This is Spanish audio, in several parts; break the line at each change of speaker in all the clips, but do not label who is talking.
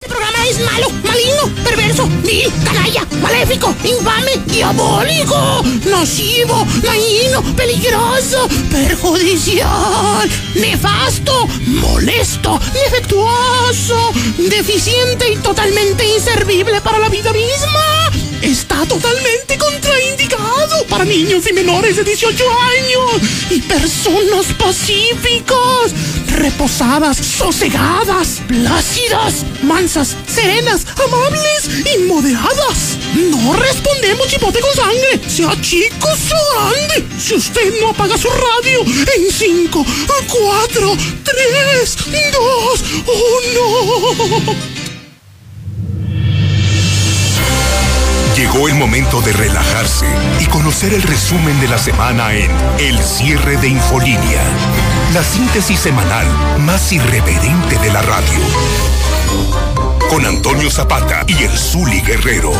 Este es malo, maligno, perverso, vil, canalla, maléfico, infame, diabólico, nocivo, dañino, peligroso, perjudicial, nefasto, molesto, defectuoso, deficiente y totalmente inservible para la vida misma. Está totalmente contraindicado para niños y menores de 18 años y personas pacíficos, reposadas, sosegadas, plácidas, mansas, serenas, amables y moderadas. No respondemos chipote con sangre, sea chico o grande. Si usted no apaga su radio en 5, 4, 3, 2, 1.
Llegó el momento de relajarse y conocer el resumen de la semana en El cierre de Infolínea, la síntesis semanal más irreverente de la radio. Con Antonio Zapata y el Zuli Guerrero.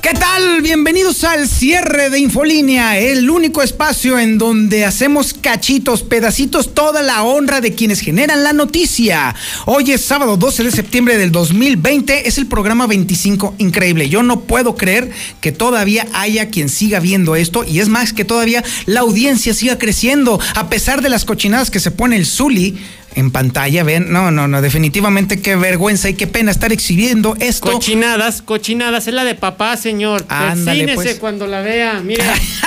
¿Qué tal? Bienvenidos al cierre de Infolínea, el único espacio en donde hacemos cachitos, pedacitos, toda la honra de quienes generan la noticia. Hoy es sábado 12 de septiembre del 2020, es el programa 25, increíble. Yo no puedo creer que todavía haya quien siga viendo esto y es más que todavía la audiencia siga creciendo, a pesar de las cochinadas que se pone el Zuli. En pantalla, ven, no, no, no, definitivamente qué vergüenza y qué pena estar exhibiendo esto.
Cochinadas, cochinadas, es la de papá, señor.
Ándale,
Persínese
pues.
cuando la vea, mire,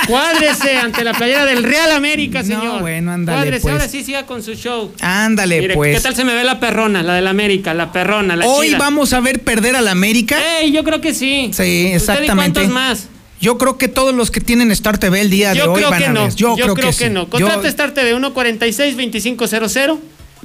cuádrese ante la playera del Real América,
No,
señor.
bueno, ándale,
Cuádrese,
pues.
ahora sí siga con su show.
Ándale,
Mire,
pues.
¿qué tal se me ve la perrona, la del América, la perrona, la Eh.
Hoy
chida?
vamos a ver perder a la América.
Ey, yo creo que sí.
Sí,
¿Usted y
exactamente.
cuántos más?
Yo creo que todos los que tienen Star TV el día de
Yo
hoy
creo
van
que
a
no.
ver. Yo, creo, que, sí.
no.
Yo-
Contrata Star TV 146-2500.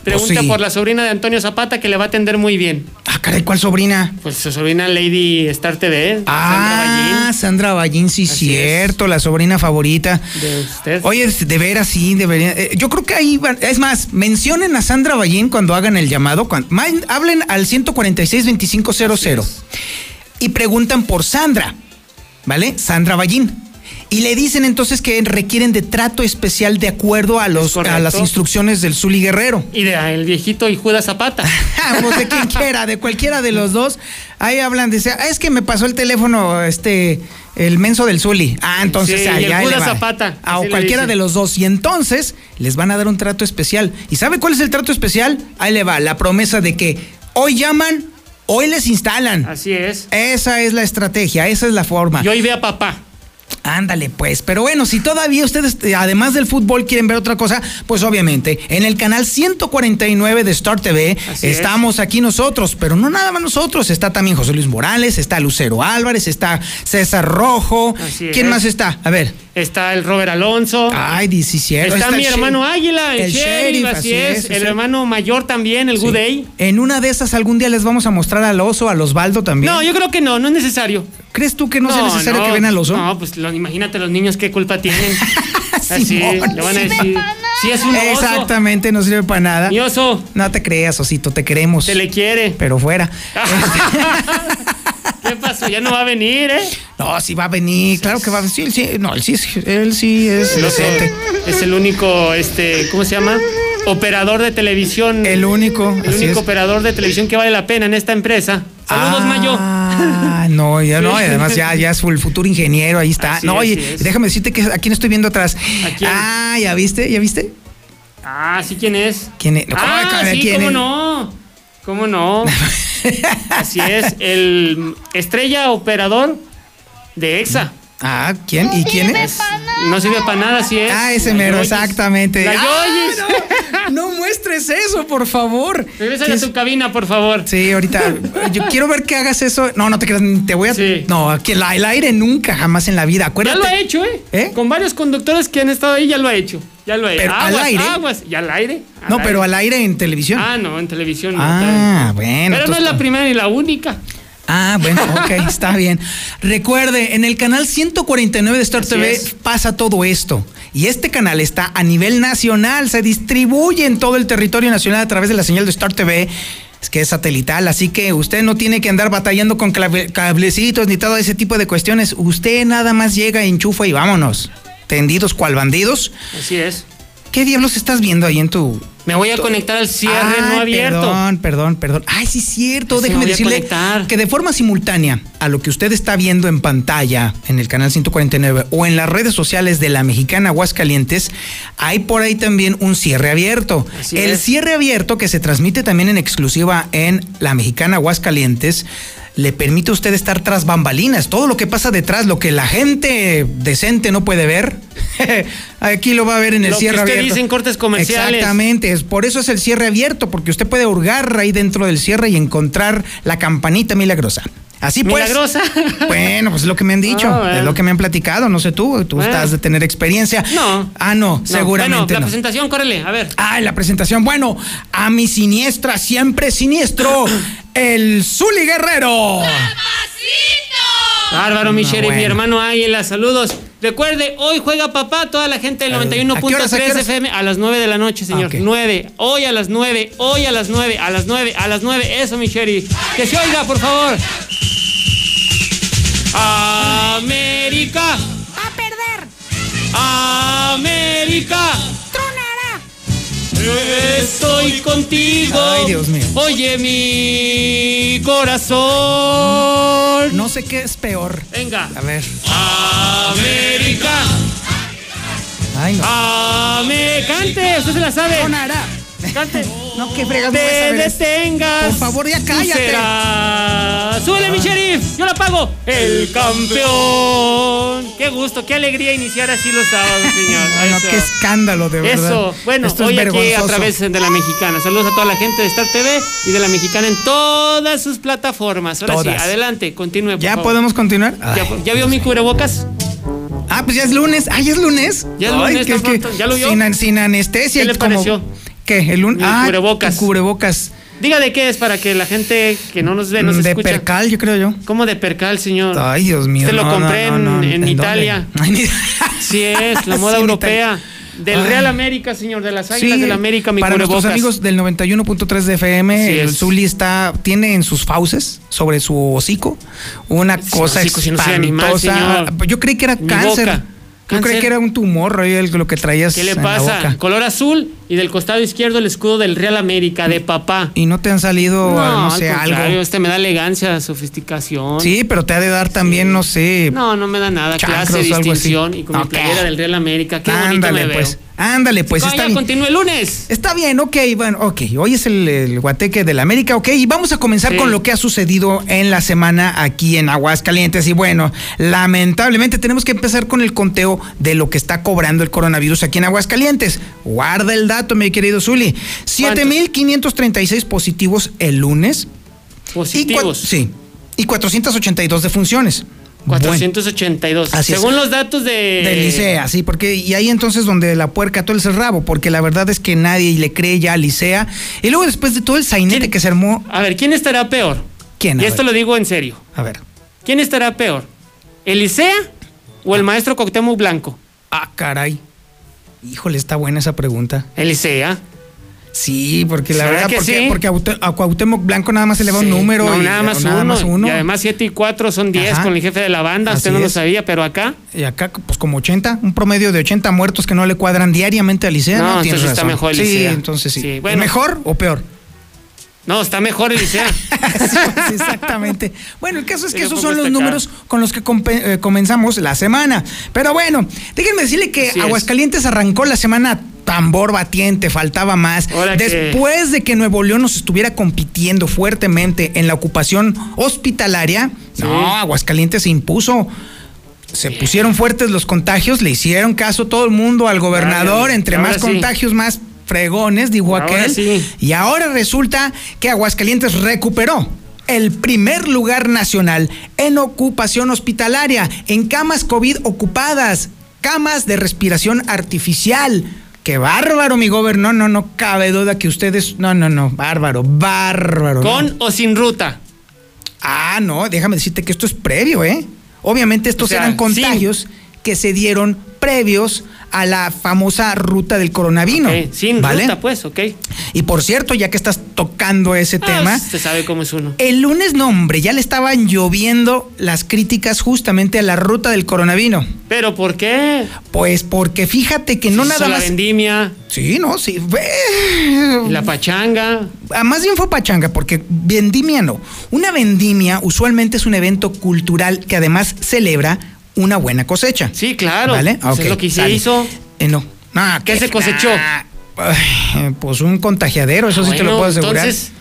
Pregunta
Pues sí.
por la sobrina de Antonio Zapata que le va a atender muy bien.
Ah, caray, ¿cuál sobrina?
Pues su sobrina Lady Star TV. Sandra
Ah,
Ballín.
Sandra Ballín, sí,
Así
cierto, la sobrina favorita.
De usted.
Oye, es- de veras, sí, debería. eh, yo creo que ahí van. Es más, mencionen a Sandra Ballín cuando hagan el llamado. cuan- man- hablen al 146-2500 y preguntan por Sandra, ¿vale? Sandra Ballín. Y le dicen entonces que requieren de trato especial de acuerdo a, los, a
correcto.
las instrucciones del Zuli Guerrero.
Y de ah, el viejito y Judas Zapata.
Vamos, Ah, pues, de quien quiera, de cualquiera de los dos. Ahí hablan, dice, "Ah, es que me pasó el teléfono, este, el menso del Zuli. Ah, entonces
Sí, y
ahí,
el
ahí
Judas
le va.
Zapata,
Ah,
así
o
le
cualquiera
dicen.
de los dos. Y entonces les van a dar un trato especial. ¿Y sabe cuál es el trato especial? Ahí le va, la promesa de que hoy llaman, hoy les instalan.
Así es.
Esa es la estrategia, esa es la forma.
Y hoy ve a papá.
Ándale, pues. Pero bueno, si todavía ustedes, eh, además del fútbol, quieren ver otra cosa, pues obviamente, en el canal 149 de Star TV
Así es.
estamos aquí nosotros, pero no nada más nosotros. Está también José Luis Morales, está Lucero Álvarez, está César Rojo.
Así
¿Quién
es.
más está? A ver.
Está el Robert Alonso.
Ay, 17.
está, mi hermano Águila, el, sheriff, así es. el hermano mayor también, el Good Day.
En una de esas algún día les vamos a mostrar al oso, al Osvaldo también.
No, yo creo que no, no es necesario.
¿Crees tú que no, sea necesario
no,
que ven al oso?
No, pues lo- imagínate los niños qué culpa tienen. así,
Simón.
le van a decir. Si es un oso.
Exactamente, no sirve para nada.
Mi oso,
No te creas, Osito, te queremos.
se le quiere.
Pero fuera.
¿Qué pasó? Ya no va a venir, ¿eh?
No, sí va a venir, claro que va a venir. Sí, él sí, no, él sí, es- él sí es
El oso
decente.
es el único, este, ¿cómo se llama? Operador de televisión.
El único.
El
así
único
es.
operador de televisión que vale la pena en esta empresa. Saludos, Mayo.
Ah, no, ya no, y además ya, ya es el futuro ingeniero, ahí está.
Así
no,
es,
oye,
así es.
déjame decirte que a quién estoy viendo atrás.
¿A quién?
Ah, ya viste, ya viste.
Ah, sí, ¿quién es?
¿Quién es?
Ah,
¿Cómo-
sí,
quién
¿cómo
es?
no? ¿Cómo no? Así es, el estrella operador de EXA.
Ah, ¿quién? ¿Y quién es?
No sirve para nada, así es.
Ah, ese
La
mero,
Yoyis.
exactamente.
La
Ah,
Yoyis.
No muestres eso, por favor.
Regrésale a
¿Qué
tu cabina, por favor.
Sí, ahorita. Yo quiero ver que hagas eso. No, no te creas, ni te voy a.
Sí.
No, que la- el aire nunca, jamás en la vida.
Ya
Acuérdate.
lo ha hecho, ¿eh?
¿Eh?
Con varios conductores que han estado ahí, ya lo ha hecho. Ya lo ha hecho.
Pero al
Aguas,
aire.
aguas. ¿Y al aire? Al
No,
aire.
pero al aire en televisión.
Ah, no, en televisión. no,
Ah,
está bien.
bueno,
Pero no es
entonces-
la primera ni la única.
Ah, bueno, ok, está bien. Recuerde, en el canal 149 de Star
Así
TV
es.
pasa todo esto. Y este canal está a nivel nacional, se distribuye en todo el territorio nacional a través de la señal de Star TV. es que es satelital, así que usted no tiene que andar batallando con clave- cablecitos ni todo ese tipo de cuestiones. Usted nada más llega, enchufa y vámonos. Tendidos cual bandidos.
Así es.
¿Qué diablos estás viendo ahí en tu
Me voy a conectar al cierre
Ay,
no abierto.
Perdón, perdón, perdón. Ay, sí, es cierto.
Ese
Déjeme
no voy a
decirle
conectar.
que de forma simultánea a lo que usted está viendo en pantalla en el canal 149 o en las redes sociales de la mexicana Aguascalientes, hay por ahí también un cierre abierto.
Así
el
es.
cierre abierto que se transmite también en exclusiva en la mexicana Aguascalientes. Le permite a usted estar tras bambalinas, todo lo que pasa detrás, lo que la gente decente no puede ver. Aquí lo va a ver en el
Lo que
cierre
usted
abierto.
dice en cortes comerciales.
Exactamente. Exactamente, es- por eso es el cierre abierto, porque usted puede hurgar ahí dentro del cierre y encontrar la campanita milagrosa. Así pues.
¿Milagrosa?
Bueno, pues es lo que me han dicho,
Ah, bueno.
es lo que me han platicado, no sé tú, tú
Bueno.
estás de tener experiencia.
No.
Ah, no,
No,
seguramente
Bueno, la
no.
presentación, córrele, a ver.
Ah, en la presentación. Bueno, a mi siniestra, siempre siniestro, el Zuli Guerrero.
Bárbaro, mi
Ah, No,
sheriff, mi
bueno.
hermano Águila, saludos. Recuerde, hoy juega papá, toda la gente del
¿A qué horas, a qué
91.3
horas?
FM a las 9 de la noche, señor.
Ah, ok.
9, hoy a las 9, hoy a las 9, a las 9, a las 9. Eso, mi sheriff. Que se oiga, por favor. América,
A perder.
América.
Tronará.
Estoy contigo.
Ay, Dios mío.
Oye, mi corazón.
No sé qué es peor.
Venga.
A ver.
América. Ah,
Ay, no.
Ame, cante, usted se la sabe.
Sonará.
Cante.
No, qué fregas me vas a
Te
ver esto.
detengas.
Por favor, ya
tú
cállate. Ah.
serás. Súbele, mi sheriff. Yo la pago. El campeón. Qué gusto, qué alegría iniciar así los sábados, señor.
Bueno,
Eso.
qué escándalo, de verdad.
Eso, bueno,
Esto es
hoy aquí a
vergonzoso.
través de la mexicana. Saludos a toda la gente de Star TV y de la mexicana en todas sus plataformas. Ahora
Todas.
sí, adelante, continúe. por
¿Ya
favor.
podemos continuar?
¿Ya,
Ay,
ya vio mi cubrebocas?
Ah, pues ya es lunes. Ay, ya es lunes.
Ya es
Ay,
lunes,
que-
tan
que-
pronto. ¿Ya lo vio?
Sin, an- sin anestesia.
¿Qué le
y como-
pareció?
¿Qué? El lunes.
Mi
Ah,
cubrebocas.
tu cubrebocas.
Diga de qué es para que la gente que no nos ve, nos
de
escucha.
percal, yo creo yo.
¿Cómo de percal, señor?
Ay, Dios mío.
Te lo
no, no,
compré
no,
en-
no,
en,
dónde?
Italia.
Ay, ni-
Sí es, la
Sí,
moda
en
europea.
Italia.
Del
Ay.
Real América, señor, de las Águilas
Sí,
del América, mi
para nuestros
cubrebocas.
amigos del 91.3 de FM,
Así
el
es.
Zuli está, tiene en sus fauces, sobre su hocico, una
Sí,
cosa
hocico, si no
espantosa. Ah,
sea animal, señor.
Yo creí que era
Mi
cáncer.
boca.
Yo creí
Cáncer.
que era un tumor, Roy, el- lo que traías
¿Qué le
en la
pasa?
boca.
Color azul y del costado izquierdo el escudo del Real América, de papá.
Y no te han salido, ah, no,
al
sé,
contrario,
algo.
Este me da elegancia, sofisticación.
Sí, pero te ha de dar también, no sé.
No, no me da nada.
Chancros
clase,
o algo así.
distinción y con mi
Ok.
playera del Real América. Qué bonito
ándale,
me
pues.
veo.
Ándale, pues.
Vaya,
Está bien.
continúe el lunes.
Está bien, ok, bueno, ok. Hoy es el, el guateque del América, ok. Y vamos a comenzar
Sí.
con lo que ha sucedido en la semana aquí en Aguascalientes. Y bueno, lamentablemente tenemos que empezar con el conteo de lo que está cobrando el coronavirus aquí en Aguascalientes. Guarda el dato, mi querido Zuli. 7.536 positivos el lunes. y cua-
Positivos.
sí. Y 482 defunciones. Bueno.
482.
Así es.
Según los datos de.
Del Licea, sí, porque y ahí entonces donde la puerca todo el cerrabo, porque la verdad es que nadie le cree ya a Licea. Y luego después de todo el sainete
¿Quién?
que se armó,
A ver, ¿quién estará peor?
¿Quién? A
Y esto
ver.
lo digo en serio.
a ver.
¿Quién estará peor? ¿Elisea o el maestro Coctemo Blanco?
Ah, caray. Híjole, está buena esa pregunta.
Elisea.
Sí, porque la
¿Será
verdad,
que
porque,
sí?
porque a Aute- a Cuauhtémoc Blanco nada más se le va
Sí.
un número.
No,
y,
nada, más,
nada
uno,
más uno.
Y además 7 y 4 son 10
Ajá.
con el jefe de la banda. Usted
Así
no lo
es.
sabía, pero acá.
Y acá, pues como 80, un promedio de 80 muertos que no le cuadran diariamente a Licea.
No,
No,
entonces
tienes
está
razón.
mejor el
Sí,
Licea.
entonces sí.
Sí, bueno.
¿Mejor o peor?
No, está mejor Elisea.
Eso es pues, exactamente. Bueno, el caso es que
Yo
esos
pongo
son los
este acá.
números con los que compe- eh, comenzamos la semana. Pero bueno, déjenme decirle que
Así es.
Aguascalientes arrancó la semana tambor batiente, faltaba más.
Ahora que-
Después de que Nuevo León nos estuviera compitiendo fuertemente en la ocupación hospitalaria,
Sí.
no, Aguascalientes se impuso. Se pusieron fuertes los contagios, le hicieron caso todo el mundo al gobernador,
Vaya,
entre
ahora
más
sí.
contagios, más fregones, dijo
Ahora
aquel.
sí.
Y ahora resulta que Aguascalientes recuperó el primer lugar nacional en ocupación hospitalaria, en camas COVID ocupadas, camas de respiración artificial. ¡Qué bárbaro, mi gobernador! No, no, no cabe duda que ustedes... No, no, no, bárbaro, bárbaro.
¿Con o sin ruta?
Ah, no, déjame decirte que esto es previo, ¿eh? Obviamente estos
O sea,
eran contagios que se dieron previos a la famosa ruta del coronavino.
Ok, Sin
¿vale?
ruta, pues, ok.
Y por cierto, ya que estás tocando ese
Ah,
tema,
se sabe cómo es uno.
el lunes, no, hombre, ya le estaban lloviendo las críticas justamente a la ruta del coronavino.
¿Pero por qué?
Pues porque fíjate que no
Se hizo
nada
la
más.
vendimia,
Sí, no, sí. ve-
la pachanga.
A más bien fue pachanga, porque vendimia no. Una vendimia usualmente es un evento cultural que además celebra una buena cosecha.
Sí, claro.
¿Vale?
Pues
Ok,
es lo que se
sale.
hizo.
Eh, no. Ah,
¿Qué se cosechó?
Ay, pues un contagiadero, eso
Ah,
sí te lo
bueno,
puedo asegurar.
entonces.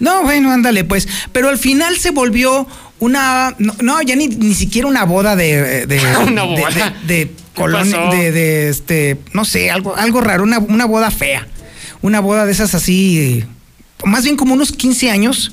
No, bueno, ándale, pues. Pero al final se volvió una. No, no, ya ni, ni siquiera una boda de. de
Una
de-
boda.
De, de colonia-
pasó?
De, de, este. No sé, algo, algo raro, una, una boda fea. Una boda de esas así. Más bien como unos 15 años,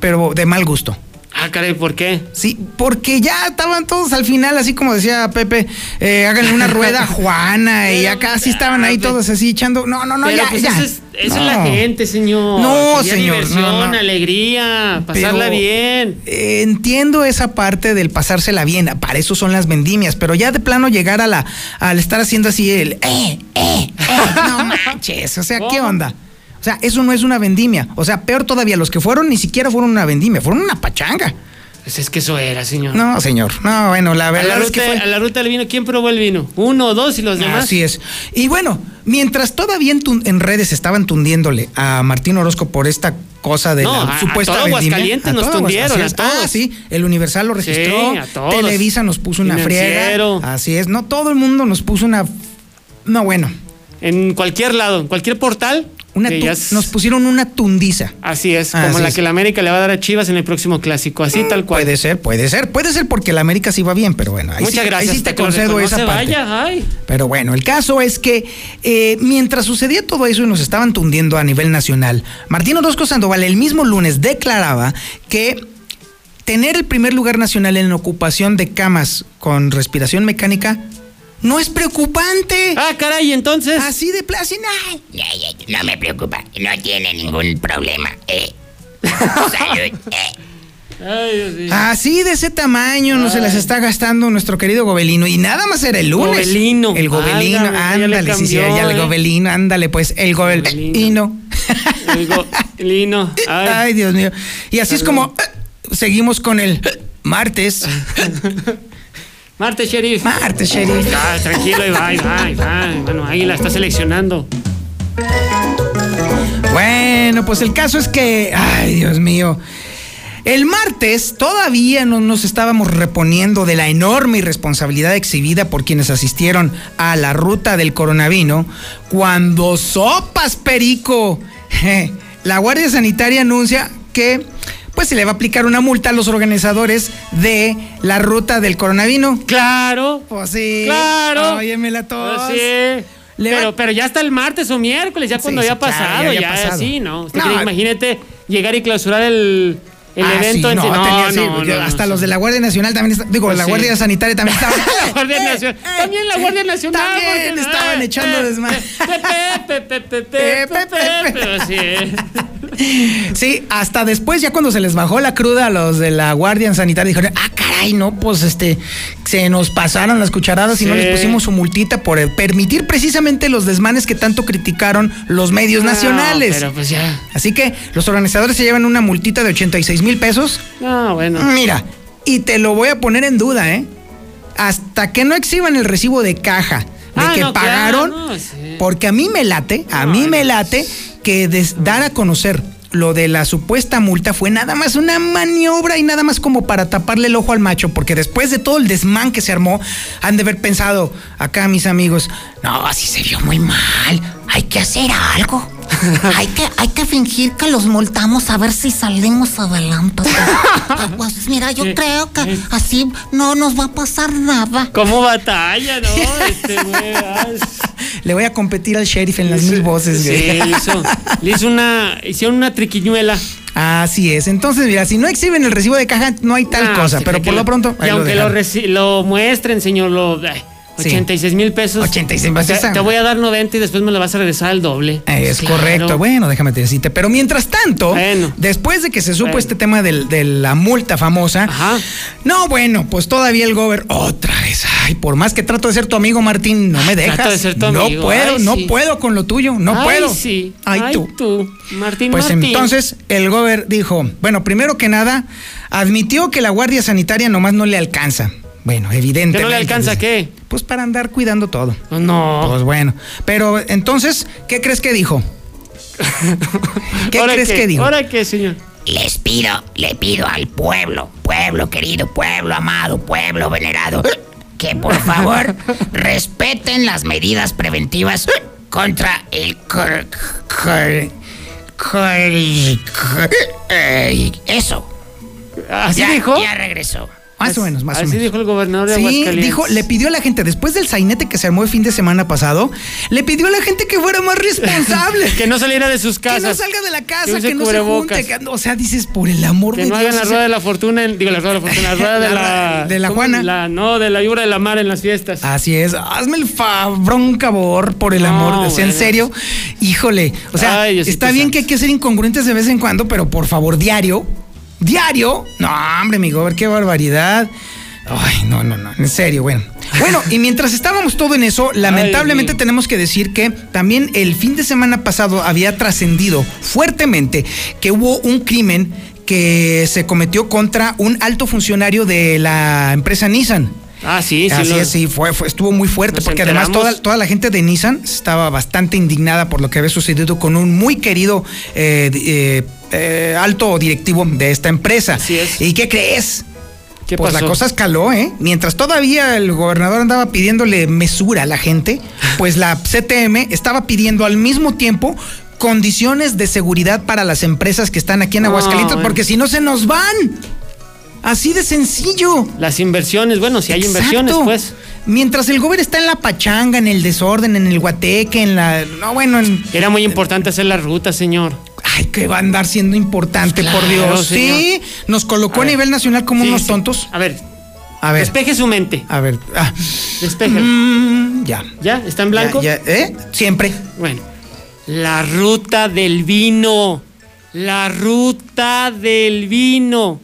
pero de mal gusto.
Ah, caray, ¿por qué?
Sí, porque ya estaban todos al final, así como decía Pepe, eh, háganle una rueda a Juana y acá sí estaban ahí todos así echando. No, no, no,
Pero
ya,
pues
ya.
esa es, esa es
No.
la gente, señor.
No,
Quería
señor,
Diversión,
no, no.
alegría,
Pero,
pasarla bien.
eh, entiendo esa parte del pasársela bien, para eso son las vendimias, pero ya de plano llegar a la, al estar haciendo así el, eh, eh, eh, no manches, o sea, ¿qué
¿Cómo?
onda? O sea, eso no es una vendimia, o sea, peor todavía, los que fueron ni siquiera fueron una vendimia, fueron una pachanga.
Pues es que eso era, señor.
No, señor, no, bueno, la
a,
verdad
la
es que
ruta,
fue...
a la ruta del vino, ¿quién probó el vino? Uno, dos y los demás.
Así es. Y bueno, mientras todavía en, tun- en redes estaban tundiéndole a Martín Orozco por esta cosa de
No,
la
a- a
supuesta
todo
vendimia,
Aguascalientes nos
todo Aguas-
tundieron,
así es.
a todos.
Ah, sí, el Universal lo
Sí,
registró,
a todos.
Televisa nos puso una
Financiero.
friega. Así es, no todo el mundo nos puso una no bueno,
En cualquier lado, en cualquier portal.
una
que
tu-
ya es-
nos pusieron una tundiza.
Así es,
Así
como la
es.
que la América le va a dar a Chivas en el próximo clásico, así tal cual.
Puede ser, puede ser, puede ser porque la América sí va bien, pero bueno, ahí,
Muchas
sí, ahí
gracias. este
sí te
que lo
concedo
reconoce,
esa parte.
Vaya, ay.
Pero bueno, el caso es que eh, mientras sucedía todo eso y nos estaban tundiendo a nivel nacional, Martín Orozco Sandoval el mismo lunes declaraba que tener el primer lugar nacional en ocupación de camas con respiración mecánica no es preocupante.
Ah, caray, entonces.
Así de placinal.
Ya, ya, ya, no me preocupa, no tiene ningún problema. Eh. Salud. Eh.
Ay, Dios mío.
Así de ese tamaño no se las está gastando nuestro querido Gobelino. Y nada más era el lunes.
Gobelino.
El Gobelino,
Válgame, ya le
ándale, sí, sí,
cambió,
ya el
eh.
Gobelino, ándale, pues, el
Gobelino.
Gobelino.
El go- Lino.
Ay,
Ay.
Dios mío. Y así es como eh, seguimos con el eh, martes.
Marte, sheriff.
martes, sheriff.
Ah, tranquilo, ahí va, ahí va, ahí va. Bueno, ahí la está seleccionando.
Bueno, pues el caso es que, ay, Dios mío. El martes todavía no nos estábamos reponiendo de la enorme irresponsabilidad exhibida por quienes asistieron a la ruta del coronavino, cuando sopas perico. Je, La Guardia Sanitaria anuncia que pues se le va a aplicar una multa a los organizadores de la ruta del coronavino.
Claro.
Pues sí.
Claro.
Óyeme la tos.
Pues sí.
Le va-
Pero, pero ya hasta el martes o miércoles, ya cuando
sí,
había
claro, ya
pasado,
había
ya,
pasado.
sí, ¿no? Usted
No.
cree, imagínate llegar y clausurar el, el
Ah, sí,
evento en
no,
sí.
tenía- sí, yo-
no,
hasta
no.
los de la Guardia Nacional también estaban, digo,
Pues
la
sí. Pues
Guardia Sanitaria también estaba.
La Guardia Nacional. también la Guardia Nacional.
Eh, También
porque-
estaban
eh,
echando
eh,
desmadre.
pe, pe, pe, pe, pe,
Eh, pe,
pe,
pe,
pe,
pe.
pero pues sí. eh.
Sí, hasta después, ya cuando se les bajó la cruda a los de la Guardia Sanitaria, dijeron, ah, caray, no, pues este, se nos pasaron las cucharadas y no
Sí.
les pusimos su multita por eh, permitir precisamente los desmanes que tanto criticaron los medios nacionales.
No, Ah, pero pues ya.
Así que los organizadores se llevan una multita de 86 mil pesos.
No, bueno.
Mira, y te lo voy a poner en duda, ¿eh? Hasta que no exhiban el recibo de caja de
Ah,
que
no,
pagaron,
claro, no, sí.
porque a mí me late, a
No,
mí me
no,
late que des- dar a conocer lo de la supuesta multa fue nada más una maniobra y nada más como para taparle el ojo al macho, porque después de todo el desmán que se armó, han de haber pensado acá mis amigos, no, así se vio muy mal, hay que hacer algo.
hay, que, hay que fingir que los multamos a ver si salimos adelante. Ah, pues mira, yo creo que así no nos va a pasar nada.
¿Cómo batalla, no? Este güey. ay,
Le voy a competir al sheriff en las mil voces.
Sí,
güey.
le hizo, le hizo una, hicieron una triquiñuela.
Así es. Entonces, mira, si no exhiben el recibo de caja, no hay tal
Ah,
cosa.
se
Pero
cree
por
que
lo pronto.
Y
ahí
aunque lo,
dejaron.
reci- lo muestren, señor, lo, ay,
Sí.
86 mil pesos.
86 mil
O sea,
pesos.
Te voy a dar 90 y después me lo vas a regresar al doble.
Es
Claro.
correcto, bueno, déjame decirte. Pero mientras tanto,
Bueno.
después de que se supo
Bueno.
este tema del- de la multa famosa,
Ajá.
no, bueno, pues todavía el gober otra vez. Ay, por más que trato de ser tu amigo, Martín, no me dejas.
Trato de ser tu
no
amigo,
puedo,
ay,
no
sí.
puedo con lo tuyo, no
Ay,
puedo.
sí.
Ay, tú.
Martín
Pues
Martín.
entonces el gober dijo, bueno, primero que nada, admitió que la Guardia Sanitaria nomás no le alcanza. Bueno, evidentemente.
alcanza qué?
Pues para andar cuidando todo.
No.
Pues bueno. Pero entonces, ¿qué crees que dijo? ¿Qué
¿Ahora
crees que dijo?
¿Ahora qué, señor?
Les pido, le pido al pueblo, pueblo querido, pueblo amado, pueblo venerado, que por favor respeten las medidas preventivas contra el cor- cor- cor- ay, eso.
¿Así
Ya-
dijo?
Ya regresó.
Más o menos, más o
Así
menos.
dijo el gobernador de
Sí,
Aguascalientes.
dijo, le pidió a la gente, después del sainete que se armó el fin de semana pasado, le pidió a la gente que fuera más responsable.
Que no saliera de sus
Que
casas.
no salga de la casa,
use
que no se
cubrebocas.
junte. que- o sea, dices, por el amor
Que
de
no
Dios.
hagan la
o sea,
rueda de la fortuna, en- digo la rueda de la fortuna, la rueda de la...
La- de la
¿cómo?
Juana. Ah,
La- no, de la yura de la mar en las fiestas.
Así es, hazme el fabrón cabor, por el
No,
amor, o sea, en
bueno.
serio, híjole, o sea,
Ay, Diosito
está bien
santo.
que hay que ser incongruentes de vez en cuando, pero por favor, diario, diario, no, hombre, mi gober, qué barbaridad. Ay, no, no, no, en serio, bueno. Bueno, y mientras estábamos todo en eso, lamentablemente
mío.
tenemos que decir que también el fin de semana pasado había trascendido fuertemente que hubo un crimen que se cometió contra un alto funcionario de la empresa Nissan.
Ah, sí, sí.
Así
lo-
es, sí, fue, fue- estuvo muy fuerte
Nos
porque además
enteramos.
toda, toda la gente de Nissan estaba bastante indignada por lo que había sucedido con un muy querido eh, di- eh, eh, alto directivo de esta empresa.
Así es.
¿Y qué crees?
¿Qué
pues
pasó?
la cosa escaló, ¿eh? Mientras todavía el gobernador andaba pidiéndole mesura a la gente, pues la CTM estaba pidiendo al mismo tiempo condiciones de seguridad para las empresas que están aquí en
No,
Aguascalientes,
bueno.
porque si no se nos van. Así de sencillo.
Las inversiones, bueno, si hay inversiones,
Exacto.
pues.
Mientras el gobierno está en la pachanga, en el desorden, en el guateque, en la. No, bueno, en.
Era muy importante hacer la ruta, señor.
Ay, que va a andar siendo importante,
Claro,
por Dios.
señor.
Sí, nos colocó
A
a,
ver.
nivel nacional como
Sí,
unos
sí.
tontos.
A ver,
A ver.
despeje su mente.
A ver. ah,
Despeje.
mm, ya.
¿Ya? ¿Está en blanco?
Ya, ya, ¿eh? Siempre.
Bueno, la ruta del vino. La ruta del vino.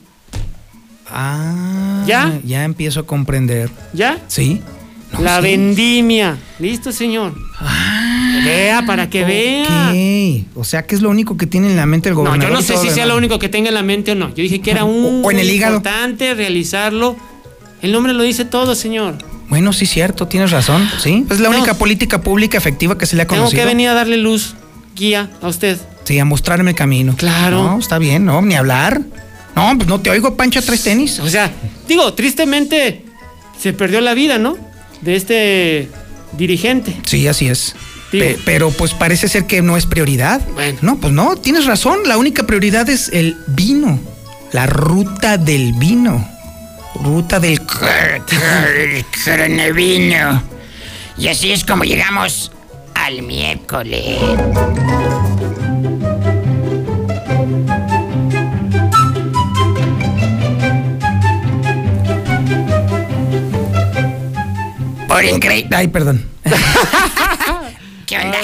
Ah.
¿Ya?
Ya empiezo a comprender.
¿Ya?
Sí. No,
la
sí. Ah,
vendimia. ¿Listo, señor? vea, para que vea.
Ok. O sea, que es lo único que tiene en la mente el
No,
gobernador.
yo no sé
todo
si
lo
sea
demás.
lo único que tenga en la mente o no. Yo dije que era un,
O- o en el hígado.
importante realizarlo. El nombre lo dice todo, señor.
Bueno, sí, cierto, tienes razón. Sí. Es la
No.
única política pública efectiva que se le ha
Tengo
conocido.
que venir a darle luz, guía a usted.
Sí, a mostrarme el camino.
Claro.
No, está bien, no, ni hablar. No, pues no te oigo, Pancho, tres tenis.
O sea, digo, tristemente se perdió la vida, ¿no? De este dirigente.
Sí, así es.
Digo.
Pe- pero pues parece ser que no es prioridad.
Bueno.
No, pues no, tienes razón. La única prioridad es el vino. La ruta del vino. Ruta del...
Cronevino. Y así es como llegamos al miércoles. Por increíble.
Ay, perdón.
¿Qué onda?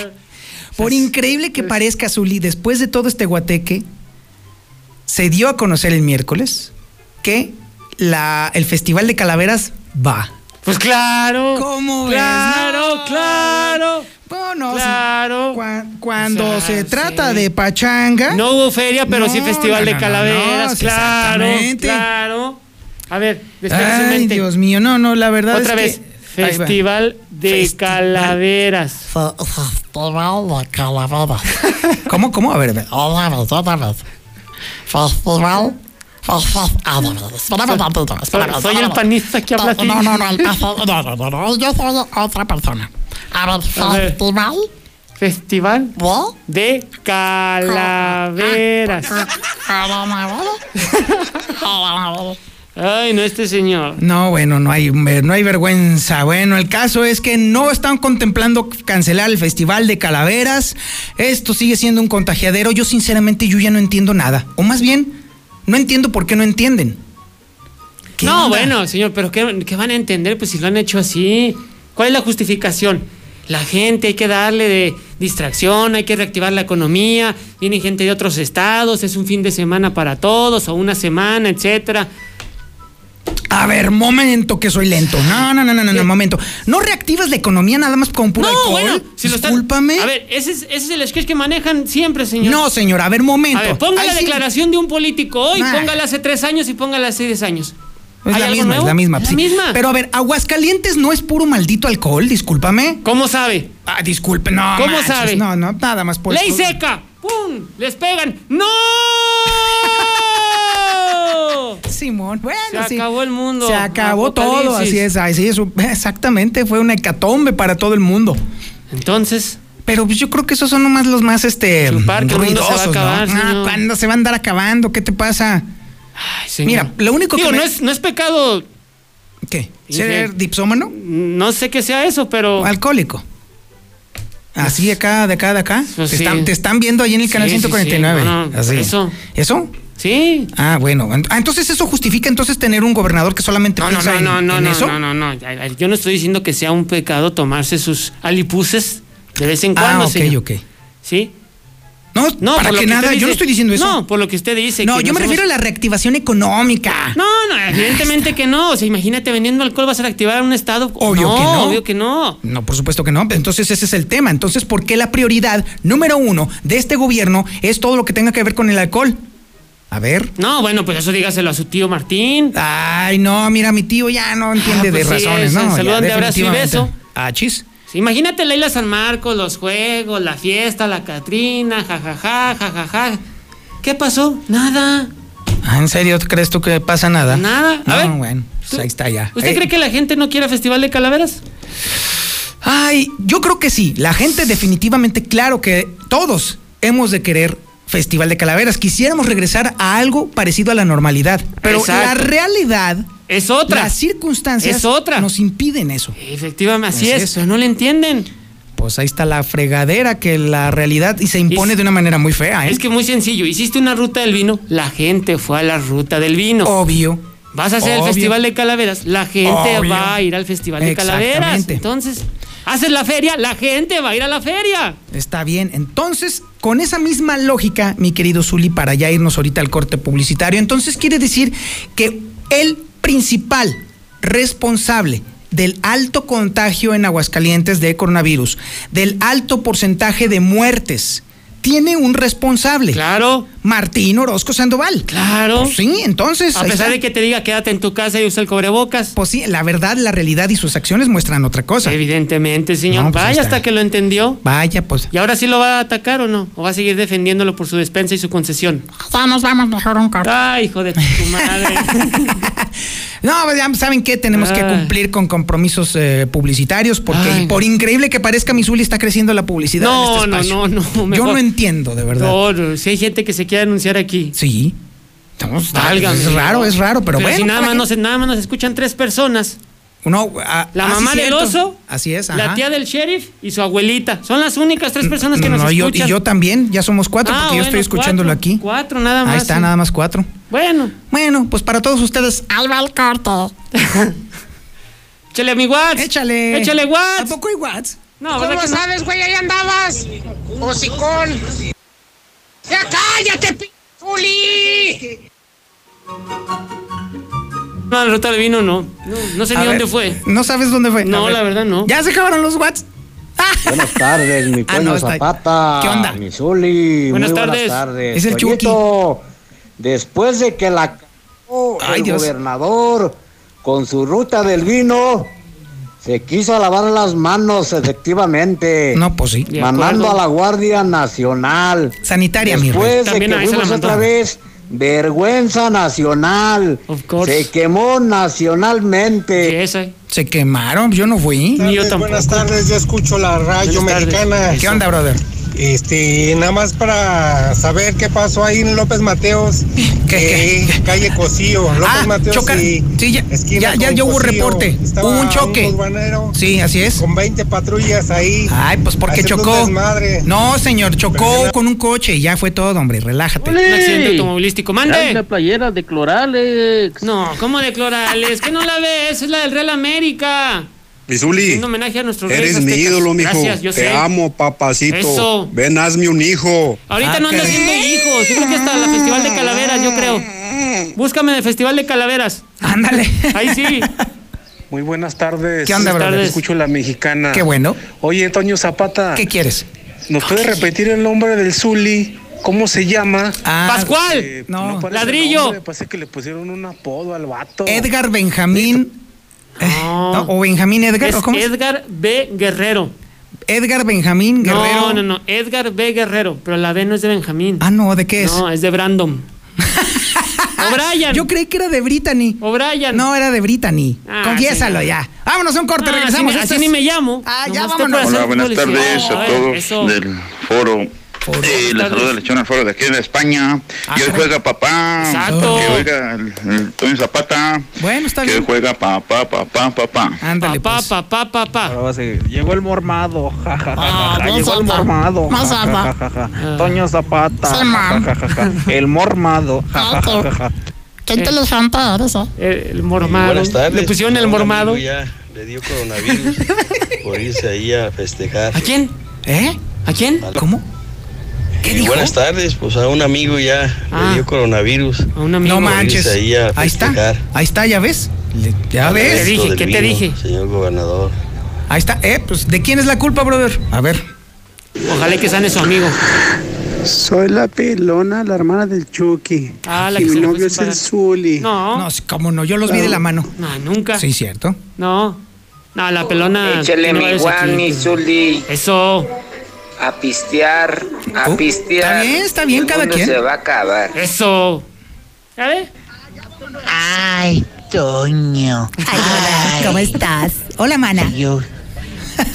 Por increíble que parezca, Zuli, después de todo este guateque, se dio a conocer el miércoles que la, el Festival de Calaveras va.
Pues claro.
¿Cómo ves?
Claro,
No.
claro.
Bueno,
Claro.
cua- cuando
O sea,
se trata
sí.
de pachanga.
No hubo feria, pero sí
No,
festival
no,
de
no, no, no,
calaveras.
sí,
claro.
exactamente.
Claro. A ver, despegue su
Ay,
mente.
Dios mío, no, no, la verdad
Otra
es
vez.
que. Ahí va.
Festival de
Festival.
calaveras.
Fe- Festival de calaveras.
¿Cómo, cómo? A ver, a ver.
Otra vez, otra vez. Festival. Festival- ah, no, no, no, Espérame un tantito, espérame,
Soy el
espérame.
panista que habla aquí.
No, no, no, el paso- no, no, no, no, yo soy otra persona. A ver,
A ver.
festival
Festival
de
Ah,
de calaveras. Ay, no este señor.
No, bueno, no hay, eh, no hay vergüenza. Bueno, el caso es que no están contemplando cancelar el Festival de Calaveras. Esto sigue siendo un contagiadero. Yo sinceramente yo ya no entiendo nada. O más bien, no entiendo por qué no entienden. ¿Qué
No,
onda?
bueno, señor, pero ¿qué, qué van a entender? Pues si lo han hecho así. ¿Cuál es la justificación? La gente hay que darle de distracción, hay que reactivar la economía, viene gente de otros estados, es un fin de semana para todos o una semana, etcétera.
A ver, momento que soy lento. No, no, no, no, no,
Eh.
no, momento. No reactivas la economía nada más con puro alcohol.
si lo están-
Discúlpame.
A ver, ese es, ese es el sketch que manejan siempre, señor.
no, señora, a ver, momento.
A ver, ponga
Ahí
la
sí-
declaración de un político hoy,
Nah.
póngala hace tres años y póngala hace diez años.
Es
¿Hay
la
algo
misma, es
nuevo?
la misma.
¿Es
sí.
misma?
Pero a ver, Aguascalientes no es puro maldito alcohol, discúlpame.
¿Cómo sabe?
Ah, disculpe, no.
¿Cómo
manches,
sabe?
No, no, nada más por
¡Ley seca! ¡Pum! ¡Les pegan! ¡No!
Simón, bueno,
Se
sí.
acabó el mundo.
Se acabó todo,
Apocalipsis.
así es, así es. Exactamente, fue una hecatombe para todo el mundo.
Entonces,
Pero pues, yo creo que esos son nomás los más este
Chupar, que el mundo se va a
ruidosos,
acabar,
¿no? Ah,
señor.
¿cuándo se va a andar acabando? ¿Qué te pasa?
ay, señor.
Mira, lo único que
Digo,
me-
no, es, no es pecado,
¿Qué?
Sí,
¿Ser
sí.
dipsómano?
no sé qué sea eso, pero.
Alcohólico. Así de acá, de acá, de acá.
Pues
te,
sí.
están, te están viendo ahí en el
Sí,
canal
sí, sí.
149.
No, no,
Así.
eso.
¿Eso?
Sí.
Ah, bueno. Ent- ah, entonces eso justifica entonces tener un gobernador que solamente
No, no,
piensa
no,
en,
no, no,
en
no,
eso.
no, no, no. Ay, ay, Yo no estoy diciendo que sea un pecado tomarse sus alipuses de vez en cuando,
Ah, ok,
señor.
ok.
¿Sí?
No,
No,
para
por lo
que
usted
nada, yo
dice.
no estoy diciendo eso.
No, por lo que usted dice.
No,
que
yo
nos
me refiero
hemos-
a la reactivación económica.
No, no, evidentemente que no. O sea, imagínate vendiendo alcohol vas a activar un estado.
Obvio que no.
Obvio que no.
No, por supuesto que no. Entonces ese es el tema. Entonces, ¿por qué la prioridad número uno de este gobierno es todo lo que tenga que ver con el alcohol? A ver.
No, bueno, pues eso dígaselo a su tío Martín.
Ay, no, mira, mi tío ya no entiende
Ah, pues
de
sí,
razones,
es,
¿no?
saludan
Ya,
de abrazo y
definitivamente.
beso.
Ah, chis.
Sí, Imagínate la isla San Marcos, los juegos, la fiesta, la Catrina, jajaja, jajaja. ¿Qué pasó? Nada.
Ah, ¿en serio crees tú que pasa nada?
Nada.
No,
A ver,
bueno, pues
¿tú-
ahí está ya.
¿Usted
Eh,
cree que la gente no quiere Festival de Calaveras?
Ay, yo creo que sí. La gente definitivamente, claro que todos hemos de querer Festival de Calaveras. Quisiéramos regresar a algo parecido a la normalidad. Pero la
Exacto.
realidad,
Es otra.
las circunstancias
Es otra.
nos impiden eso.
Efectivamente, así
Así
es,
es.
pero no le entienden.
Pues ahí está la fregadera que la realidad y se impone
Es-
de una manera muy fea, ¿eh?
Es que muy sencillo, hiciste una ruta del vino, la gente fue a la ruta del vino.
Obvio.
Vas a hacer
Obvio.
el Festival de Calaveras, la gente
Obvio.
va a ir al Festival de Calaveras.
Exactamente.
Entonces, haces la feria, la gente va a ir a la feria.
Está bien. Entonces, con esa misma lógica, mi querido Zuli, para ya irnos ahorita al corte publicitario, entonces quiere decir que el principal responsable del alto contagio en Aguascalientes de coronavirus, del alto porcentaje de muertes, tiene un responsable.
Claro,
Martín Orozco Sandoval.
claro.
Pues sí, entonces.
A
ahí
pesar
está.
de que te diga quédate en tu casa y usa el cobrebocas.
Pues sí, la verdad, la realidad y sus acciones muestran otra cosa.
Evidentemente, señor.
No, pues ahí
Vaya
está.
hasta que lo entendió.
Vaya, pues.
¿Y ahora sí lo va a atacar o no? ¿O va a seguir defendiéndolo por su despensa y su concesión?
Vamos, vamos, mejor un carro.
¡Ay, hijo de tu madre!
No, pues ya saben que tenemos que
Ay.
cumplir con compromisos eh, publicitarios porque
Ah. Ay, no.
por increíble que parezca Misuli está creciendo la publicidad.
No,
en este
no,
espacio.
no, no, mejor.
Yo no entiendo, de verdad.
No, no, si hay gente que se quiere anunciar aquí.
Sí. Estamos-
Válgame,
es raro,
¿no?
es raro, pero, bueno.
Si nada
cada
más,
quien-
nos, nada más nos escuchan tres personas.
Uno, ah,
La
ah, sí,
mamá del
cierto.
oso.
Así es,
La
ajá.
tía del sheriff y su abuelita. Son las únicas tres personas que nos
No, yo-
escuchan.
y yo también, ya somos cuatro,
Ah,
porque yo
bueno,
estoy escuchándolo
cuatro,
aquí.
Cuatro, nada más.
Ahí está,
sí.
nada más cuatro.
Bueno,
Bueno, pues para todos ustedes,
Ahí va el corte.
échale mi WhatsApp.
échale.
Échale
¿A
WhatsApp.
poco hay Watts?
No, ¿verdad que no?
sabes, güey? Ahí andabas. Hocicón. Ya cállate, p... Zuli.
No, la ruta del vino no. No, no sé
A
ni
ver,
dónde fue.
No sabes dónde fue.
No,
A ver.
la verdad no.
Ya se acabaron los Watts.
Buenas tardes, mi
Ah,
coño
no, está-
Zapata.
¿Qué onda?
Mi Zuli.
Buenas
muy
tardes.
Buenas tardes.
Es el
Toñito, Después de que la cagó
Ay,
el
Dios.
gobernador con su ruta del vino, se quiso lavar las manos efectivamente.
No, pues sí.
De
mandando
acuerdo.
a la Guardia Nacional.
Sanitaria, mi rey.
Después de
También
que
ahí se la
fuimos
mandó.
otra vez, vergüenza nacional.
Of course.
Se quemó nacionalmente.
Sí, esa.
Se quemaron, yo no fui.
Ni yo
Tardes,
tampoco.
Buenas tardes, yo escucho la radio
Buenas tardes.
mexicana.
¿Qué onda, brother?
Este, nada más para saber qué pasó ahí en López Mateos,
¿Qué,
eh, calle Cocío, López
Ah,
Mateos
chocan.
y
Sí, ya-
esquina
ya- ya-
con
ya hubo
Cocío.
reporte.
Estaba
Hubo un choque.
urbanero
Sí, así es.
Con 20 patrullas ahí.
Ay, pues porque
haciendo un
chocó.
desmadre.
No, señor, chocó con un coche y ya fue todo, hombre. Relájate.
Un accidente automovilístico. Mande.
playera de Cloralex.
No, ¿cómo de Clorales? que no la ves? Es la del Real América.
Misuli,
Un homenaje a nuestro rey
eres mi
azteca.
ídolo, mijo.
Gracias, yo
Te
sé.
amo, papacito.
Eso.
Ven, hazme un hijo.
Ahorita
Ah,
no ando haciendo hijos. Yo creo que hasta la Festival de Calaveras, yo creo. Búscame en el Festival de Calaveras.
Ándale.
Ahí sí.
Muy buenas tardes.
¿Qué onda,
Buenas
brother?
tardes.
Escucho la mexicana.
Qué bueno.
Oye, Toño Zapata,
¿Qué quieres?
¿nos puede repetir el nombre del Zuli? ¿Cómo se llama?
Ah,
Pascual.
no.
parece
Ladrillo.
el nombre, Parece que le pusieron un apodo al vato.
Edgar Benjamín. eh,
No.
¿no? ¿O Benjamín Edgar?
Es
¿o cómo es?
Edgar B. Guerrero.
Edgar Benjamín Guerrero.
No, no, no. Edgar B. Guerrero. Pero la B no es de Benjamín.
Ah, no, ¿de qué es? Ah,
No, es de Brandon. O'Brien.
Yo creí que era de Brittany.
O'Brien.
No, era de Brittany.
Ah,
Confiésalo ya. Vámonos a un corte,
Ah,
regresamos.
así ni-
Esto
así
es-
ni me llamo.
Ah, ya
Nomás
vámonos.
te puedo
Hola,
hacer
buenas
publicidad.
tardes a
ver,
todos
eso.
del foro. Eh, les
Buenas
saluda
tardes.
Lechón al foro de aquí de España.
Ah,
que hoy juega papá.
Exacto.
Que juega el, el Toño Zapata.
Bueno, está
que hoy
bien.
juega papá, papá, papá.
Ándale,
Papá,
pues.
papá,
Ah.
papá.
Llegó el mormado. Ja, ja, ja,
Ah,
ja, ja.
no
Llegó el
zapa.
mormado. Ja,
No
ja,
zapa.
ja, ja, ja. Toño Zapata.
Sí,
Ja,
ma'am.
ja, ja, ja, ja. El mormado. Ja, ja, ja, ja, ja.
¿Quién
Eh.
te lo canta ahora, eso?
El, el mormado. Le pusieron el mormado.
le dio coronavirus por irse ahí a festejar.
¿A quién?
¿Eh?
¿A quién?
¿Cómo? ¿Qué dijo?
Buenas tardes, pues a un amigo ya
Ah.
le dio coronavirus.
A un amigo.
No manches.
Dice ahí a
Ahí está.
festejar.
Ahí está, ya ves. Le- Ya
¿Qué te
ves.
dije?
Del
¿Qué te
vino,
dije?
Señor gobernador.
Ahí está. Eh, pues, ¿de quién es la culpa, brother? A ver.
Ojalá y que sane su amigo.
Soy la pelona, la hermana del Chucky.
Ah, la
y
que
mi
se le
novio
fue
es
sin
el
pagar.
Zuli.
No. No,
No, sí, cómo no, yo los vi de la mano.
nunca.
Sí, cierto.
No. No, la pelona.
Oh, Échale
no
mi
eres aquí.
guani, Zuli.
Eso,
A pistear, a
Oh,
pistear.
está bien, está bien,
El
cada
mundo
quien.
se va a acabar.
eso. A ver.
Ay, Toño. Ay, ¿cómo estás? Hola, mana.
Yo,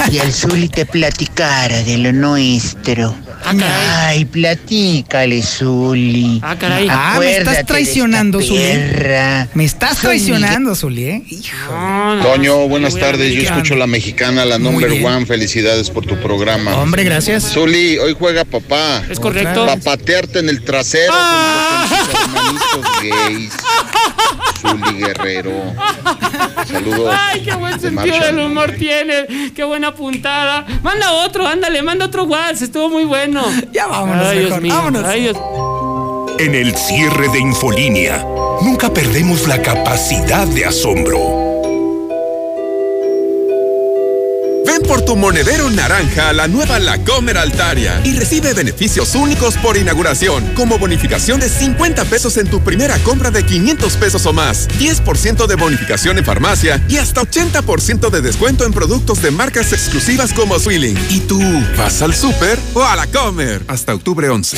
si el Zuli te platicara de lo nuestro.
Ah, caray.
Ay, platícale, Zuli.
Ah, caray.
Ah, me
Acuérdate de
estás
esta
traicionando, Zuli.
perra.
Me estás
Soy Miguel.
traicionando, Zuli, ¿eh? Hijo.
No, no, no,
Toño,
sí,
buenas
voy a-
tardes. Yo
Mexicano.
escucho la mexicana, la
Muy
number
bien.
one. Felicidades por tu programa.
Hombre, gracias.
Zuli, hoy juega papá.
Es correcto.
Pa' patearte en el trasero
Ah.
con tus hermanitos gays. Zuli Guerrero. Saludos.
Ay, qué buen
de
sentido
Marshall.
del humor tienes. Qué buena puntada. Manda otro, ándale, manda otro WhatsApp. Estuvo muy bueno.
Ya vámonos,
Ay, Dios
mejor,
mío.
vámonos.
Ay, Dios.
En el cierre de Infolínea, nunca perdemos la capacidad de asombro.
Ven por tu monedero naranja a la nueva La Comer Altaria y recibe beneficios únicos por inauguración, como bonificación de 50 pesos en tu primera compra de 500 pesos o más, 10% de bonificación en farmacia y hasta 80% de descuento en productos de marcas exclusivas como Swilling. ¿Y tú vas al súper o a La Comer? Hasta octubre 11.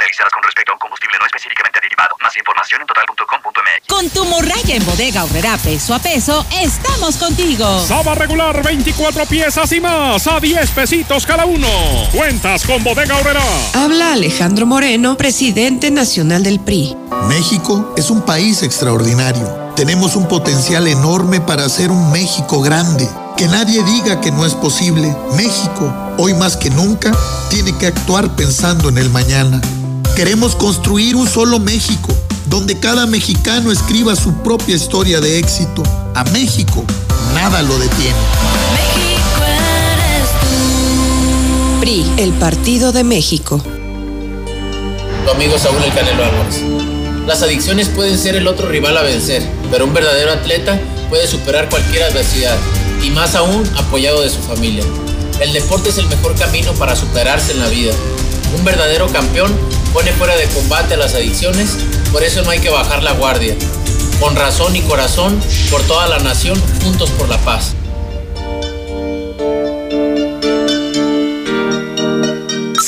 realizadas con respecto a un combustible no específicamente aditivado. Más información en total.com.mx.
Con tu morraya en bodega obrera peso a peso, estamos contigo.
Saba regular 24 piezas y más a 10 pesitos cada uno. Cuentas con Bodega Horrera.
Habla Alejandro Moreno, presidente nacional del PRI.
México es un país extraordinario. Tenemos un potencial enorme para hacer un México grande. Que nadie diga que no es posible. México, hoy más que nunca, tiene que actuar pensando en el mañana. Queremos construir un solo México, donde cada mexicano escriba su propia historia de éxito. A México, nada lo detiene.
PRI, el Partido de México.
Tu amigo Saúl El Canelo Álvarez. Las adicciones pueden ser el otro rival a vencer, pero un verdadero atleta puede superar cualquier adversidad, y más aún apoyado de su familia. El deporte es el mejor camino para superarse en la vida. Un verdadero campeón pone fuera de combate a las adicciones, por eso no hay que bajar la guardia. Con razón y corazón, por toda la nación, juntos por la paz.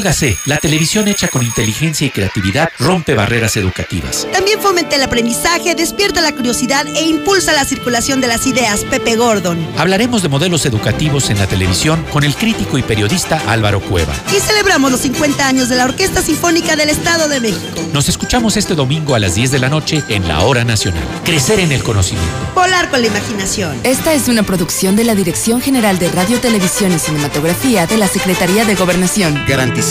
Gacé, la televisión hecha con inteligencia y creatividad rompe barreras educativas.
También fomenta el aprendizaje, despierta la curiosidad e impulsa la circulación de las ideas. Pepe Gordon.
Hablaremos de modelos educativos en la televisión con el crítico y periodista Álvaro Cueva.
Y celebramos los 50 años de la Orquesta Sinfónica del Estado de México.
Nos escuchamos este domingo a las 10 de la noche en la Hora Nacional. Crecer en el conocimiento.
Volar con la imaginación.
Esta es una producción de la Dirección General de Radio, Televisión y Cinematografía de la Secretaría de Gobernación.
Garantizar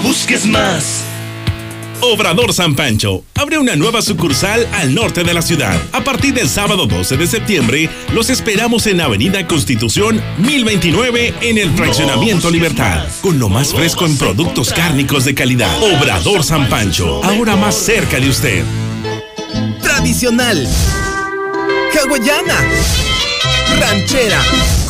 busques más. Obrador San Pancho abre una nueva sucursal al norte de la ciudad. A partir del sábado 12 de septiembre, los esperamos en Avenida Constitución 1029 en el Fraccionamiento Libertad, con lo más fresco en productos cárnicos de calidad. Obrador San Pancho, ahora más cerca de usted.
Tradicional. Hawaiana. Ranchera.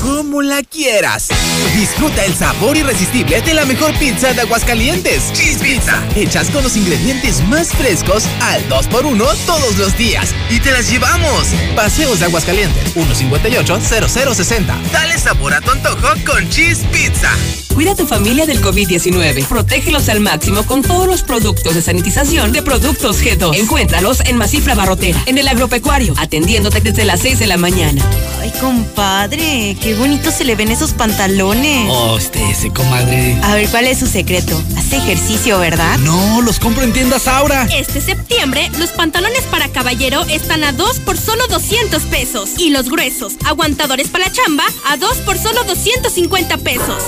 Como la quieras. Disfruta el sabor irresistible de la mejor pizza de Aguascalientes. Cheese Pizza. Hechas con los ingredientes más frescos al 2x1 todos los días. Y te las llevamos. Paseos de Aguascalientes. 158-0060. Dale sabor a tu antojo con Cheese Pizza.
Cuida a tu familia del COVID-19. Protégelos al máximo con todos los productos de sanitización de Productos G2. Encuéntralos en Masifra Barrotera, en el agropecuario, atendiéndote desde las 6 de la mañana.
Ay, compadre, qué bonito se le ven esos pantalones.
Oh, usted ese comadre.
A ver, ¿cuál es su secreto? Hace ejercicio, ¿verdad?
No, los compro en tiendas Aura.
Este septiembre, los pantalones para caballero están a 2 por solo 200 pesos. Y los gruesos, aguantadores para la chamba, a 2 por solo 250 pesos.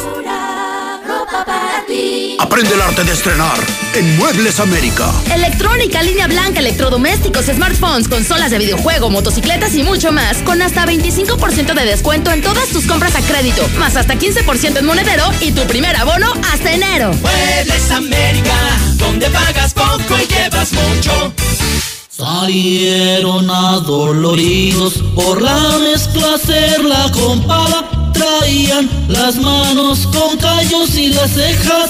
Aprende el arte de estrenar en Muebles América.
Electrónica, línea blanca, electrodomésticos, smartphones, consolas de videojuego, motocicletas y mucho más. Con hasta 25% de descuento en todas tus compras a crédito. Más hasta 15% en monedero y tu primer abono hasta enero.
Muebles América, donde pagas poco y llevas mucho.
Salieron adoloridos por la mezcla hacer la compala. Traían las manos con callos y las cejas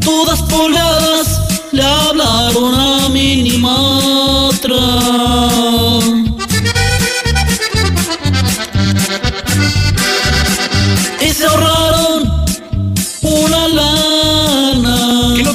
todas pobladas. Le hablaron a Minimatra. Y se ahorraron una lana.
Que no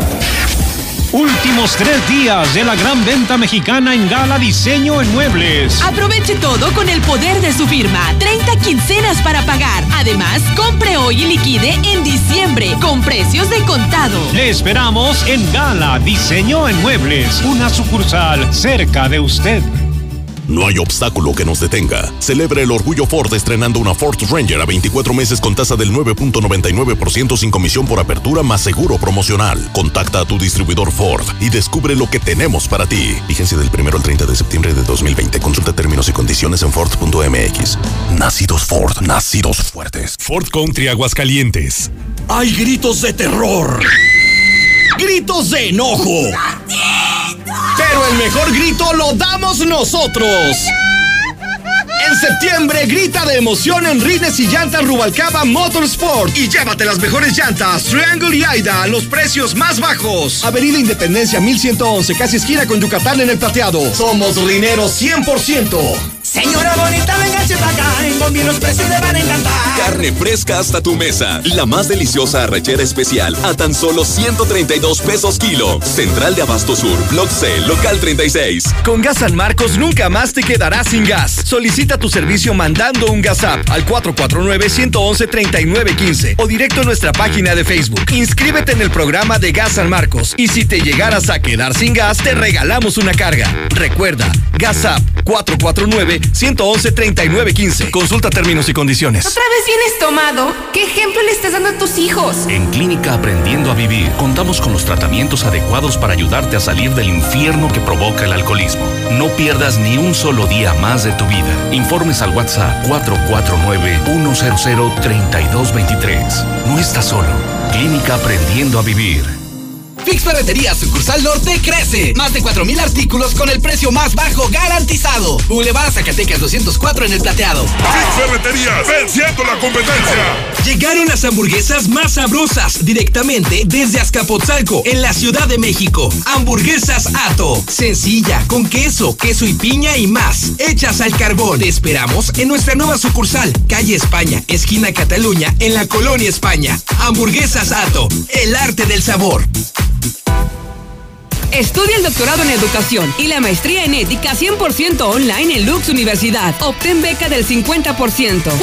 Últimos tres días de la gran venta mexicana en Gala Diseño en Muebles.
Aproveche todo con el poder de su firma. 30 quincenas para pagar. Además, compre hoy y liquide en diciembre con precios de contado.
Le esperamos en Gala Diseño en Muebles, una sucursal cerca de usted.
No hay obstáculo que nos detenga. Celebra el orgullo Ford estrenando una Ford Ranger a 24 meses con tasa del 9.99% sin comisión por apertura más seguro promocional. Contacta a tu distribuidor Ford y descubre lo que tenemos para ti. Vigencia del 1 al 30 de septiembre de 2020. Consulta términos y condiciones en Ford.mx. Nacidos Ford, nacidos fuertes.
Ford Country Aguascalientes.
Hay gritos de terror. Gritos de enojo. Pero el mejor grito lo damos nosotros.
En septiembre grita de emoción en Rines y Llantas Rubalcaba Motorsport y llévate las mejores llantas Triangle y Aida a los precios más bajos. Avenida Independencia 1111, casi esquina con Yucatán en el plateado. Somos rineros 100%.
Señora bonita, venga para acá, en Gombi los precios le van a encantar.
Carne fresca hasta tu mesa, la más deliciosa arrachera especial a tan solo 132 pesos kilo. Central de Abasto Sur, Block C, Local 36.
Con Gas San Marcos nunca más te quedarás sin gas. Solicita tu servicio mandando un gas app al 449-111-3915 o directo a nuestra página de Facebook. Inscríbete en el programa de Gas San Marcos y si te llegaras a quedar sin gas, te regalamos una carga. Recuerda, Gas App 449 111 3915 Consulta términos y condiciones.
¿Otra vez vienes tomado? ¿Qué ejemplo le estás dando a tus hijos?
En Clínica Aprendiendo a Vivir, contamos con los tratamientos adecuados para ayudarte a salir del infierno que provoca el alcoholismo. No pierdas ni un solo día más de tu vida. Informes al WhatsApp 449-100-3223. No estás solo. Clínica Aprendiendo a Vivir.
Fix Ferretería Sucursal Norte crece. Más de 4.000 artículos con el precio más bajo garantizado. Boulevard Zacatecas 204 en el plateado.
Fix Ferretería, venciendo la competencia.
Llegaron las hamburguesas más sabrosas directamente desde Azcapotzalco, en la Ciudad de México. Hamburguesas Ato. Sencilla, con queso, queso y piña y más. Hechas al carbón. Te esperamos en nuestra nueva sucursal, calle España, esquina Cataluña, en la colonia España. Hamburguesas Ato. El arte del sabor.
Estudia el doctorado en educación y la maestría en ética 100% online en Lux Universidad. Obtén beca del 50%.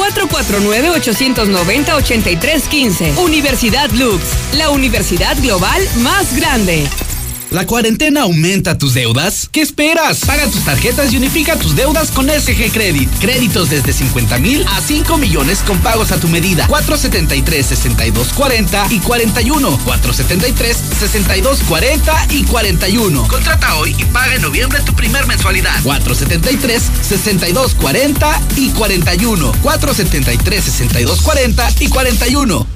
449-890-8315. Universidad Lux, la universidad global más grande.
¿La cuarentena aumenta tus deudas? ¿Qué esperas? Paga tus tarjetas y unifica tus deudas con SG Credit. Créditos desde 50 mil a 5 millones con pagos a tu medida. 473-6240 y 41. 473-6240 y 41. Contrata hoy y paga en noviembre tu primer mensualidad. 473-6240 y 41. 473-6240 y 41.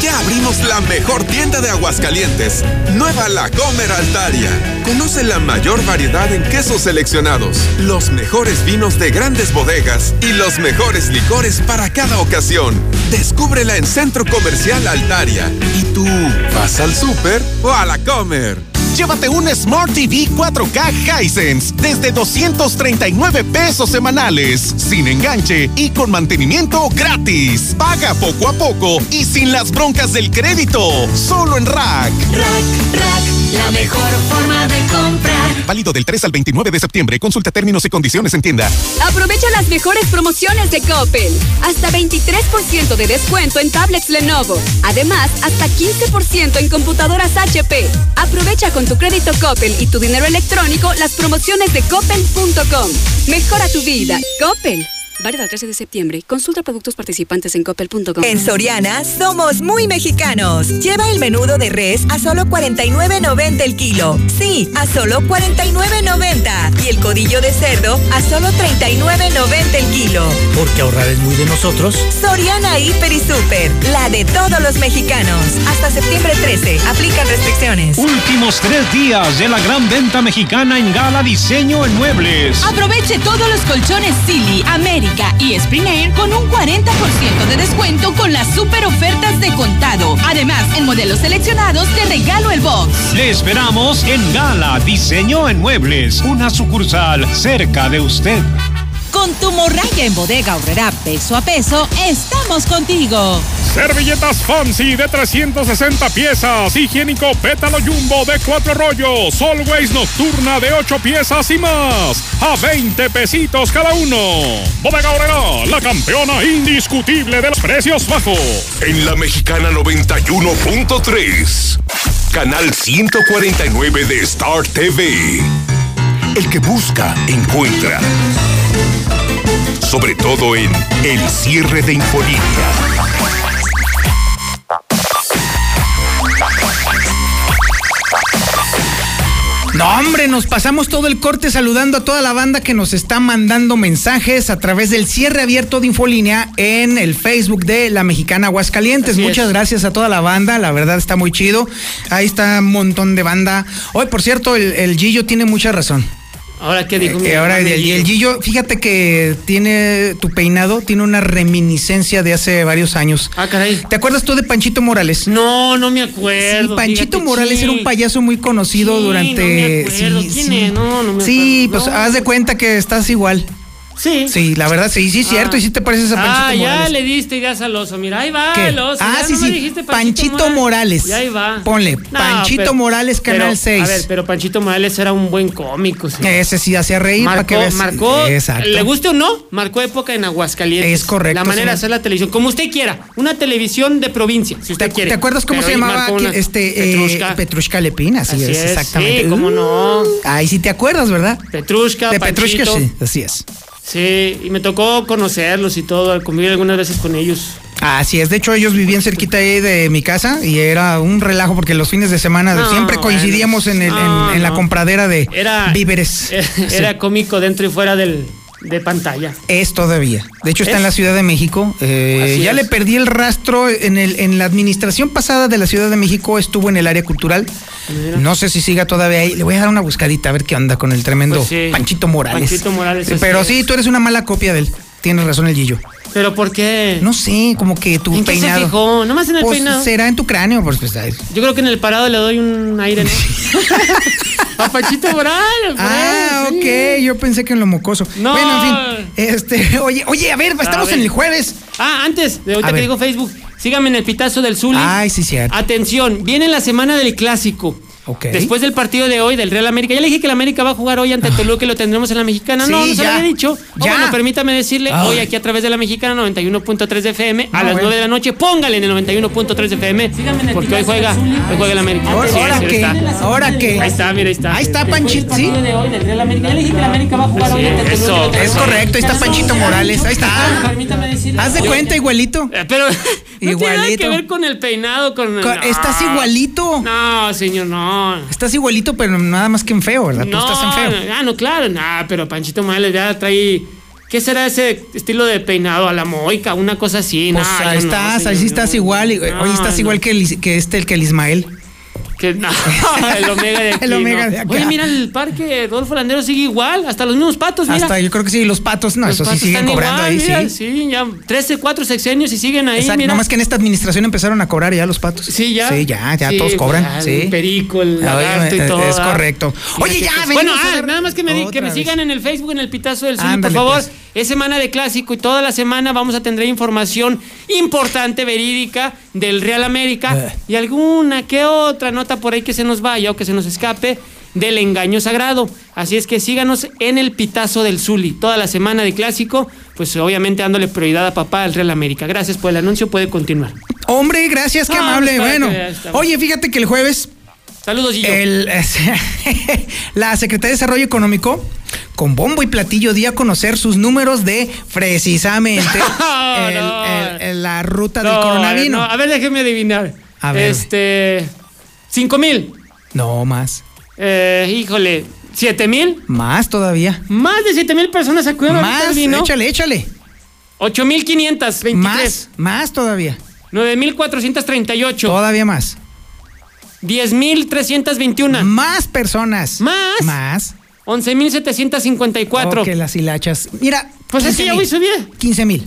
Ya abrimos la mejor tienda de Aguascalientes, Nueva La Comer Altaria. Conoce la mayor variedad en quesos seleccionados, los mejores vinos de grandes bodegas y los mejores licores para cada ocasión. Descúbrela en Centro Comercial Altaria. ¿Y tú vas al súper o a la Comer?
Llévate un Smart TV 4K Hisense desde 239 pesos semanales, sin enganche y con mantenimiento gratis. Paga poco a poco y sin las broncas del crédito, solo en Rack.
Rack, Rack, la mejor forma de comprar.
Válido del 3 al 29 de septiembre. Consulta términos y condiciones en tienda.
Aprovecha las mejores promociones de Coppel. Hasta 23% de descuento en tablets Lenovo. Además, hasta 15% en computadoras HP. Aprovecha con tu crédito Coppel y tu dinero electrónico las promociones de coppel.com. Mejora tu vida, Coppel.
Válido al 13 de septiembre. Consulta productos participantes en coppel.com.
En Soriana somos muy mexicanos. Lleva el menudo de res a solo 49.90 el kilo. Sí, a solo 49.90 y el codillo de cerdo a solo 39.90 el kilo.
Porque ahorrar es muy de nosotros.
Soriana Hiper y Super, la de todos los mexicanos. Hasta septiembre 13. Aplican restricciones.
Últimos tres días de la gran venta mexicana en Gala Diseño en Muebles.
Aproveche todos los colchones Silly, América y Spring Air con un 40% de descuento con las super ofertas de contado. Además, en modelos seleccionados te regalo el box.
Le esperamos en Gala Diseño en Muebles, una sucursal cerca de usted.
Con tu morraya en bodega ahorrará peso a peso, estamos contigo.
Servilletas Fancy de 360 piezas, higiénico pétalo jumbo de 4 rollos, always nocturna de 8 piezas y más, a 20 pesitos cada uno. Bodega Aurrera, la campeona indiscutible de los precios bajos.
En la mexicana 91.3, canal 149 de Star TV. El que busca, encuentra sobre todo en El cierre de Infolínea.
No, hombre, nos pasamos todo el corte saludando a toda la banda que nos está mandando mensajes a través del cierre abierto de Infolínea en el Facebook de La Mexicana Aguascalientes. Así Muchas es. gracias a toda la banda, la verdad está muy chido. Ahí está un montón de banda. Hoy, por cierto, el, el Gillo tiene mucha razón.
Ahora qué dijo.
Eh, ahora el, el, Gillo, fíjate que tiene tu peinado, tiene una reminiscencia de hace varios años.
Ah, caray.
¿Te acuerdas tú de Panchito Morales?
No, no me acuerdo.
Sí, Panchito
fíjate,
Morales
sí.
era un payaso muy conocido
Sí,
durante.
no me acuerdo.
sí,
¿Quién
sí.
es? No, no me
Sí,
acuerdo.
pues
No.
haz de cuenta que estás igual.
Sí.
Sí, la verdad, sí, sí, cierto. Y sí te pareces a Panchito
Ah,
Morales.
ya le diste ideas al oso. Mira, ahí va
¿Qué?
el oso.
Ah,
ya
sí,
nomás
sí.
dijiste
Panchito Morales.
Y ahí va.
Ponle, Panchito Morales, Canal Eh,
pero,
6.
A ver, pero Panchito Morales era un buen cómico. sí.
Ese sí hacía reír para que
marcó,
veas.
marcó
Exacto.
le guste o no, marcó época en Aguascalientes.
Es correcto,
La manera
señor.
de hacer la televisión, como usted quiera, una televisión de provincia, si usted quiere.
¿Te acuerdas cómo
Pero
se
ahí
llamaba
marcó
aquel-
una-
este eh,
Petrushka.
Petrushka Lepín? Así,
Así
es,
es,
exactamente.
sí, cómo no.
Ahí sí te acuerdas, ¿verdad?
Petrushka,
de Petrushka,
Panchito.
sí, así es.
Sí, y me tocó conocerlos y todo, al convivir algunas veces con ellos.
Así es, de hecho ellos vivían cerquita ahí de mi casa y era un relajo porque los fines de semana
No,
siempre coincidíamos en, el- en-
no,
en la
no.
compradera de
Era-
víveres. Sí.
Era cómico dentro y fuera del, de pantalla.
Es todavía. De hecho, está
Es.
en la Ciudad de México. Eh,
Así
ya
es.
le perdí el rastro. En, el, en la administración pasada de la Ciudad de México estuvo en el área cultural.
Mira.
No sé si siga todavía ahí. Le voy a dar una buscadita a ver qué onda con el tremendo
Pues sí.
Panchito Morales.
Panchito Morales,
Eh,
así
Pero
es.
sí, tú eres una mala copia de él. Tienes razón el Gillo.
¿Pero por qué?
No sé, como que tu
¿En qué
peinado.
se fijó? Nomás en el
Pues,
peinado.
será en tu cráneo, pues, pues, ay.
Yo creo que en el parado le doy un aire, ¿no? A Pachito Morales.
Ah,
pues,
ok,
sí.
yo pensé que en lo mocoso.
No.
Bueno, en fin. Este, oye, oye, a ver, estamos
ver.
en el jueves.
Ah, antes, de ahorita
A
que
ver.
digo Facebook, síganme en el pitazo del Zuli.
Ay, sí, cierto.
Atención, viene la semana del clásico.
Ok.
Después del partido de hoy del Real América. Ya le dije que el América va a jugar hoy ante Toluca y lo tendremos en la Mexicana. no,
Ah. Sí,
no se
ya.
lo
ya.
había dicho. Oh,
Ya.
bueno, permítame decirle,
Ay.
hoy aquí a través de la Mexicana 91.3 de FM a
Ah,
las
bueno.
9 de la noche. Póngale en el 91.3 de FM. porque hoy juega, hoy juega el América.
Ahora-
Así es,
ahora
ahí
qué,
está.
ahora qué.
Ahí está, mira, ahí está.
Ahí está Panchito, sí.
Sí, eso.
Es correcto, ahí está Panchito Morales, ahí está.
Ah, Permítame decirle.
Haz de
Oye,
cuenta igualito.
eh, Pero no tiene nada
Igualito.
que ver con el peinado, con...
Co-
no.
Estás igualito.
No, señor, no.
Estás igualito, pero nada más que en feo, ¿verdad?
No,
Tú estás en feo.
ah, no, claro, nada, pero Panchito Morales ya trae... ¿Qué será ese estilo de peinado? A la moica, una cosa así.
Pues
nah,
ahí
yo no,
estás,
señor,
ahí sí
no.
estás igual. y-
No,
Oye, estás
no. Pues
igual que, el Is- que este, el que el Ismael.
Que, no, el omega de aquí,
El omega
no.
de acá.
Oye, mira, el parque Rodolfo Landero sigue igual, hasta los mismos patos, mira.
Hasta yo creo que sí, los patos, no,
Los
eso sí
patos
siguen
están
cobrando
igual,
ahí,
mira,
sí.
ya 13, 4 sexenios y siguen ahí,
Exacto,
mira.
nomás que en esta administración empezaron a cobrar ya los patos.
Sí, ya.
Sí, ya, ya
Sí, pues,
todos cobran.
ya,
sí.
El perico, el
Oye,
lagarto y
es-
todo.
es
¿verdad?
correcto.
Mira
Oye,
qué
ya,
cosa.
venimos
Bueno,
a
ah,
ver-
nada más que me, di- que
Otra
me
vez.
sigan en el Facebook, en el Pitazo del Sur, por
Ándale,
favor.
pues.
Es semana de clásico y toda la semana vamos a tener información importante, verídica, del Real
Eh.
América y alguna que otra nota por ahí que se nos vaya o que se nos escape del engaño sagrado. Así es que síganos en el Pitazo del Zuli. Toda la semana de clásico, pues obviamente dándole prioridad a papá al Real América. Gracias por el anuncio, puede continuar.
Hombre, gracias, qué
Ah,
amable.
pues, para que
Bueno,
veas, está bueno.
oye, fíjate que el jueves
Saludos, Gillo.
El- la Secretaría de Desarrollo Económico, con bombo y platillo, dio a conocer sus números de precisamente
No,
el-
no.
el- el- la ruta del
No,
coronavino.
no, a ver, déjeme adivinar.
A ver.
Este. 5 mil.
No, más.
Eh, híjole. 7 mil.
Más todavía.
Más de 7 mil personas acudieron
Más, échale, échale.
8 mil 523.
Más, más todavía.
9 mil 438.
Todavía más.
10 mil 321.
Más personas.
Más.
Más.
11 mil 754.
Oh, que las hilachas. Mira.
Pues es que ya voy subida.
15 mil.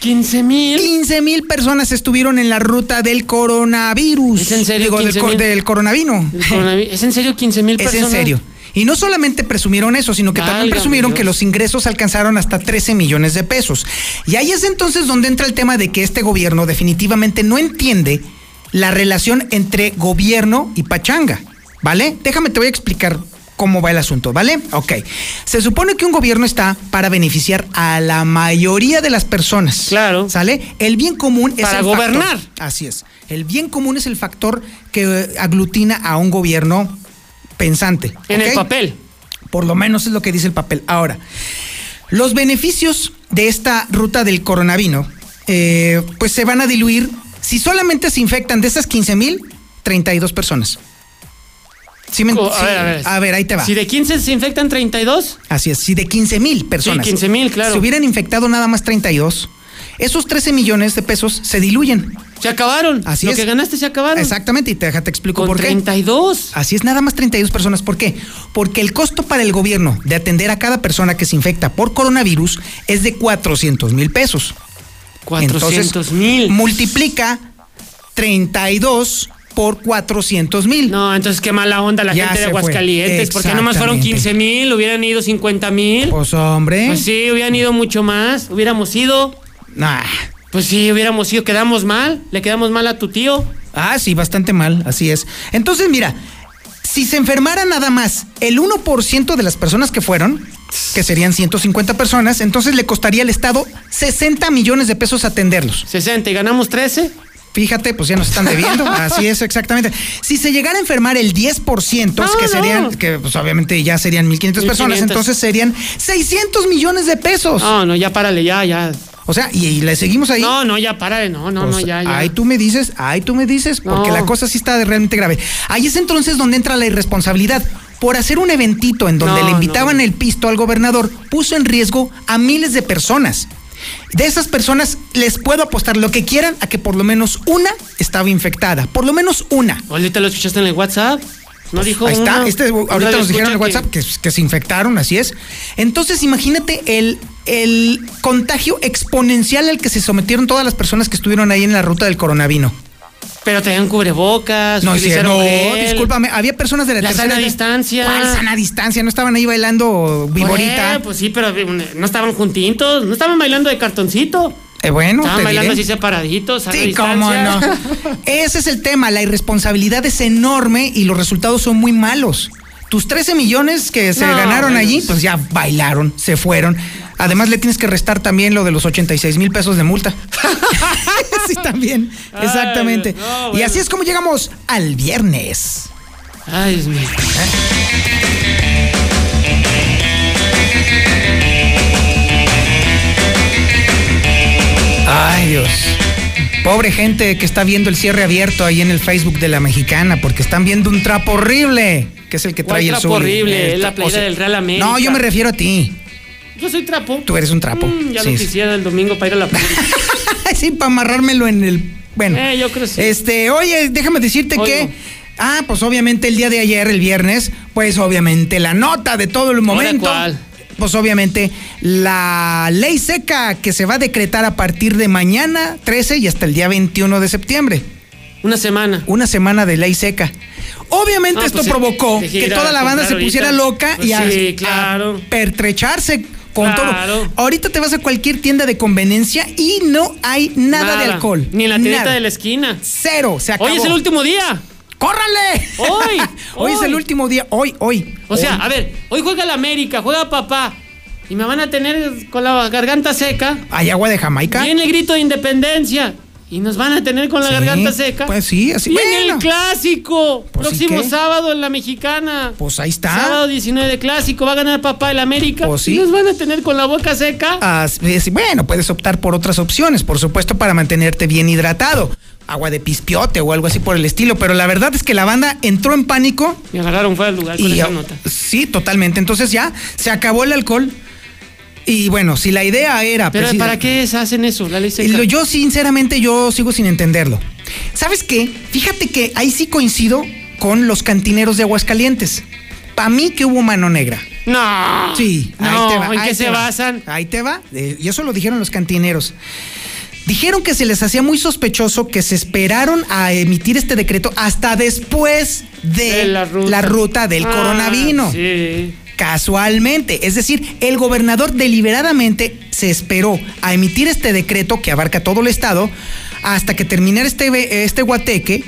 15 mil.
15 mil personas estuvieron en la ruta del coronavirus.
¿Es en serio
Digo, del,
15,000?
cor- del coronavino.
¿Es en serio 15 mil
Es
personas?
en serio. Y no solamente presumieron eso, sino que también
Válgame
presumieron
Dios.
que los ingresos alcanzaron hasta 13 millones de pesos. Y ahí es entonces donde entra el tema de que este gobierno definitivamente no entiende la relación entre gobierno y pachanga. ¿Vale? Déjame, te voy a explicar cómo va el asunto, ¿vale? Ok. Se supone que un gobierno está para beneficiar a la mayoría de las personas.
Claro.
¿Sale? El bien común es
Para
el factor-
gobernar.
Así es. El bien común es el factor que eh, aglutina a un gobierno pensante.
En el
¿ok?
papel.
Por lo menos es lo que dice el papel. Ahora, los beneficios de esta ruta del coronavino, eh, pues se van a diluir si solamente se infectan de esas 15 mil, 32 personas. ¿Sí me-
Co-
sí, a ver, ahí te va.
Si de 15 se infectan 32.
Así es, si de 15 mil personas.
15,000, claro.
Se hubieran infectado nada más 32, esos 13 millones de pesos se diluyen.
Se acabaron. Así Lo es. que ganaste se acabaron.
Exactamente, y te, déjate explico
Con
por
32.
qué. Así es, nada más 32 personas. ¿Por qué? Porque el costo para el gobierno de atender a cada persona que se infecta por coronavirus es de 400 mil pesos.
400 mil.
Multiplica 32 por 400 mil.
No, entonces qué mala onda la
Ya
gente de
se fue.
Aguascalientes. ¿Por qué nomás fueron
Exactamente.
15 mil? ¿Hubieran ido 50 mil?
Pues hombre.
Pues sí, hubieran ido mucho más. Hubiéramos ido.
Nah.
Pues sí, hubiéramos ido. Quedamos mal. Le quedamos mal a tu tío.
Ah, sí, bastante mal, así es. Entonces, mira, si se enfermara nada más el 1% de las personas que fueron, que serían 150 personas, entonces le costaría al Estado 60 millones de pesos atenderlos.
60 y ganamos 13.
Fíjate, pues ya nos están debiendo. Así es, exactamente. Si se llegara a enfermar el 10%,
No,
que
no.
serían, que pues obviamente ya serían 1.500 personas,
1,500.
entonces serían 600 millones de pesos.
No, no, ya párale, ya, ya.
O sea, y, y le seguimos ahí.
Ah. No, no, ya párale, no, Ah, no,
Pues,
no, ya, ya.
Ahí tú me dices, ahí tú me dices, porque
No.
la cosa sí está de- realmente grave. Ahí es entonces donde entra la irresponsabilidad. Por hacer un eventito en donde
No,
le
no,
invitaban el pisto al gobernador, puso en riesgo a miles de personas. De esas personas les puedo apostar lo que quieran a que por lo menos una estaba infectada. Por lo menos una.
Ahorita lo escuchaste en el WhatsApp. No dijo
Ahí está,
uno.
este,
Un
ahorita
radio
nos dijeron en el
escucha
WhatsApp que, que se infectaron, así es. Entonces, imagínate el, el contagio exponencial al que se sometieron todas las personas que estuvieron ahí en la ruta del coronavino.
Pero tenían cubrebocas.
No, sí,
utilizaron
no,
gel.
discúlpame, había personas de la,
La
tercera
sana
edad-
distancia.
¿Cuál sana distancia? No estaban ahí bailando viborita.
Eh, pues sí, pero mm, no estaban juntitos, no estaban bailando de cartoncito.
Eh, bueno,
estaban
te
bailando
diré.
así separaditos. a
Sí,
distancia.
cómo no. Ese es el tema, la irresponsabilidad es enorme y los resultados son muy malos. Tus 13 millones que se
No,
ganaron
bueno,
allí,
pues-
pues ya bailaron, se fueron. Además le tienes que restar también lo de los 86 mil pesos de multa. sí, también.
Ay,
Exactamente.
Dios, no,
Y
bueno.
así es como llegamos al viernes.
Ay, Dios mío.
Ay, Dios. Pobre gente que está viendo el cierre abierto ahí en el Facebook de la mexicana, porque están viendo un trapo horrible, que es el que
¿Cuál
trae el Zuli.
trapo horrible?
El
Es la
trapo-
playera del Real América.
No, yo me refiero a ti.
Yo soy trapo.
Tú eres un trapo.
Mm, ya
Sí,
lo
sí.
quisiera el domingo para ir a la playa.
sí, para amarrármelo en el. Bueno.
Eh, yo creo que sí.
Este, oye, déjame decirte
Oigo.
que. Ah, pues obviamente el día de ayer, el viernes, pues obviamente la nota de todo el momento.
cuál?
Pues obviamente la ley seca que se va a decretar a partir de mañana 13 y hasta el día 21 de septiembre.
Una semana.
Una semana de ley seca. Obviamente
No,
esto
pues sí,
provocó
dejé
que
ir a
toda la banda se
comprar
pusiera
ahorita.
loca
Pues
y a,
sí, claro.
a pertrecharse con
Claro.
todo. Ahorita te vas a cualquier tienda de conveniencia y no hay nada, de alcohol.
Ni en la tienda
nada.
de la esquina.
Cero, se acabó.
Hoy es el último día.
¡Córrale!
Hoy,
hoy es
hoy.
el último día. Hoy, hoy.
O sea,
Hoy.
a ver, hoy juega la América, juega papá. Y me van a tener con la garganta seca.
¿Hay agua de Jamaica?
Viene el grito de independencia. Y nos van a tener con la
Sí,
garganta seca.
Pues sí, así.
Viene
bueno.
el clásico.
Pues, ¿y
próximo
qué?
sábado en la mexicana.
Pues ahí está.
Sábado 19 de clásico. Va a ganar papá el América.
Pues sí. Ah.
Y nos van a tener con la boca seca.
Así es, bueno, puedes optar por otras opciones, por supuesto, para mantenerte bien hidratado. Agua de pispiote o algo así por el estilo. Pero la verdad es que la banda entró en pánico.
Me agarraron fuera del lugar con
Y
esa
ya-
nota.
Sí, totalmente. Entonces ya se acabó el alcohol. Y bueno, si la idea era...
Pero
precisa-
¿para qué es- hacen eso? La ley seca.
Y lo- Yo sinceramente yo sigo sin entenderlo. ¿Sabes qué? Fíjate que ahí sí coincido con los cantineros de Aguascalientes. Para mí que hubo mano negra.
No.
Sí,
No,
ahí te va.
¿En
ahí
qué
te
se
va.
basan?
Ahí te va. Eh, Y eso lo dijeron los cantineros. Dijeron que se les hacía muy sospechoso que se esperaron a emitir este decreto hasta después de,
De la ruta.
Eh, del
Ah,
coronavino.
Sí.
Casualmente, es decir, el gobernador deliberadamente se esperó a emitir este decreto que abarca todo el estado hasta que terminara este, ve- este guateque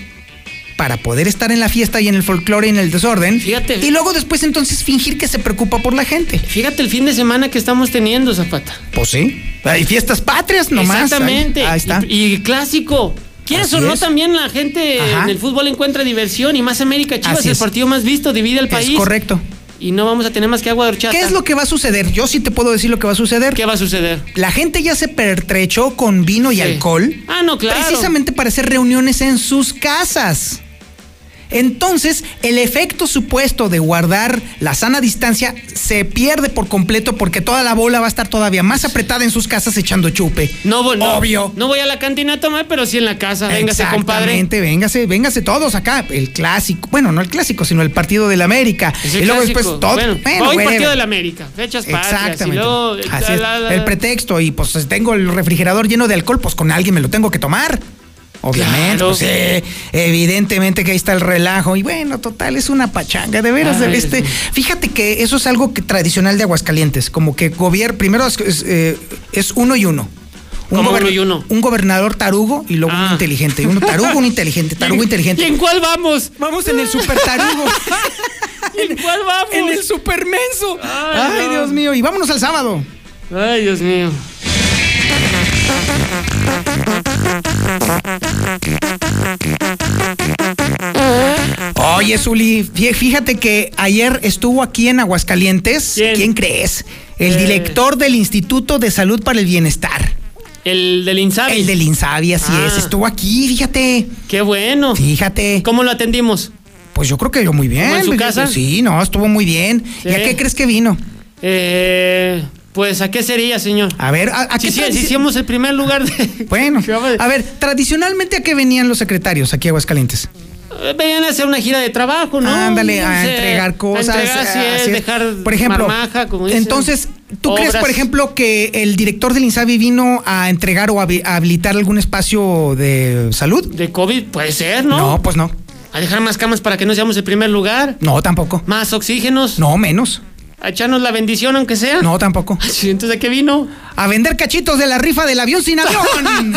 para poder estar en la fiesta y en el folclore y en el desorden.
Fíjate.
Y luego después entonces fingir que se preocupa por la gente.
Fíjate el fin de semana que estamos teniendo, Zapata.
Pues sí. Hay fiestas patrias nomás.
Exactamente.
Ahí, ahí está.
Y, y clásico. Quieres
Así
o no,
es.
también la gente
Ajá.
en el fútbol encuentra diversión y más América Chivas,
Así
el
es.
partido más visto, divide al país.
es correcto.
Y no vamos a tener más que agua de horchata.
¿Qué es lo que va a suceder? Yo sí te puedo decir lo que va a suceder.
¿Qué va a suceder?
La gente ya se pertrechó con vino y
Sí.
alcohol.
Ah, no, claro.
Precisamente para hacer reuniones en sus casas. Entonces, el efecto supuesto de guardar la sana distancia se pierde por completo porque toda la bola va a estar todavía más apretada en sus casas echando chupe.
No, voy, no,
Obvio.
No voy a la cantina a tomar, pero sí en la casa. Véngase, compadre.
véngase, véngase todos acá. El clásico, bueno, no el clásico, sino el partido del América.
Es el
y luego
clásico.
después todo.
Bueno,
bueno,
hoy
whatever.
partido del América. Fechas patrias,
Exactamente.
y luego-
Así es.
la, la, la.
El pretexto, y pues tengo el refrigerador lleno de alcohol, pues con alguien me lo tengo que tomar. Obviamente,
Claro.
pues, eh, evidentemente que ahí está el relajo. Y bueno, total, es una pachanga, de veras.
Ay,
este,
Dios
fíjate que eso es algo que, tradicional de Aguascalientes, como que gobierno, primero es, es, eh, es uno y uno.
¿Cómo uno y uno? Ah.
un gobernador tarugo y luego un inteligente. Uno tarugo, un inteligente, tarugo inteligente.
¿Y en cuál vamos?
Vamos en el super tarugo.
¿En cuál vamos?
en el supermenso.
Ay,
Ay,
no.
Dios mío. Y vámonos al sábado.
Ay, Dios mío.
Oye, Zuli, fí- fíjate que ayer estuvo aquí en Aguascalientes. ¿Quién, crees? El
Eh.
director del Instituto de Salud para el Bienestar.
El del Insabi.
El del Insabi, así
Ah.
es. Estuvo aquí, fíjate.
Qué bueno.
Fíjate.
¿Cómo lo atendimos?
Pues yo creo que yo muy bien.
¿Como en su
Pues yo-
casa?
Sí, no, estuvo muy bien.
Sí.
¿Y a qué crees que vino?
Eh, pues, ¿a qué sería, señor?
A ver, ¿a, a
si,
Ah, qué
si-
tradici-
si hicimos el primer lugar de...
Bueno, a ver, tradicionalmente a qué venían los secretarios aquí a Aguascalientes?
Eh, Venían a hacer una gira de trabajo, ¿no?
Ándale,
No
a
sé,
entregar cosas. eh,
A entregar, así es,
así es.
dejar
por ejemplo,
marmaja, como dicen.
Entonces, ¿tú crees,
Obras.
por ejemplo, que el director del INSABI vino a entregar o habi- a habilitar algún espacio de salud?
De COVID puede ser, ¿no?
No, pues no.
A dejar más camas para que no seamos el primer lugar.
No, tampoco.
Más oxígenos.
No, menos.
A echarnos la bendición, aunque sea.
No, tampoco.
Sí, entonces, ¿a qué vino?
A vender cachitos de la rifa del avión sin avión.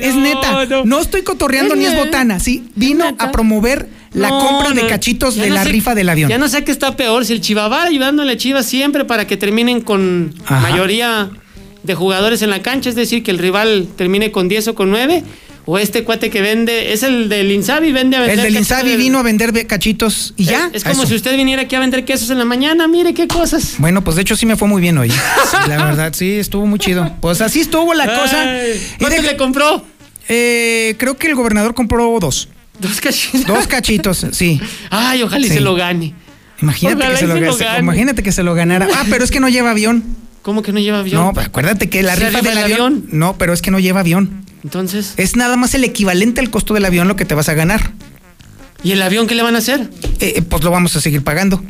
es
no,
neta.
no.
No, estoy cotorreando
Es
ni es
neta.
botana, ¿sí? Vino a promover la
No,
compra de
no,
cachitos
ya
de
no
la
sé-
rifa del avión.
Ya no sé qué está peor, si el Chivavar ayudándole a Chivas siempre para que terminen con
Ajá.
mayoría de jugadores en la cancha, es decir, que el rival termine con 10 o con 9, o este cuate que vende, es el del Insabi, vende a vender.
El del
cachitos
Insabi
de-
vino a vender be- cachitos y
Es-
ya.
Es, como
Eso.
si usted viniera aquí a vender quesos en la mañana, mire qué cosas.
Bueno, pues de hecho sí me fue muy bien hoy. Sí, la verdad, sí, estuvo muy chido. Pues así estuvo la cosa.
Ay,
Y
¿Cuánto
deja-
le compró?
eh, creo que el gobernador compró dos.
Dos cachitos.
Dos cachitos, sí.
Ay, ojalá y
Sí.
se lo gane.
Imagínate
Ojalá
que,
y
se lo,
se lo
gase-
gane.
imagínate que se lo ganara. Ah, pero es que no lleva avión.
¿Cómo que no lleva avión?
No, pues acuérdate que la
¿Se
rifa
rifa
del
el
avión,
avión?
No, pero es que no lleva avión.
Entonces,
Es nada más el equivalente al costo del avión lo que te vas a ganar.
¿y el avión qué le van a hacer?
Eh, eh, pues lo vamos a seguir pagando.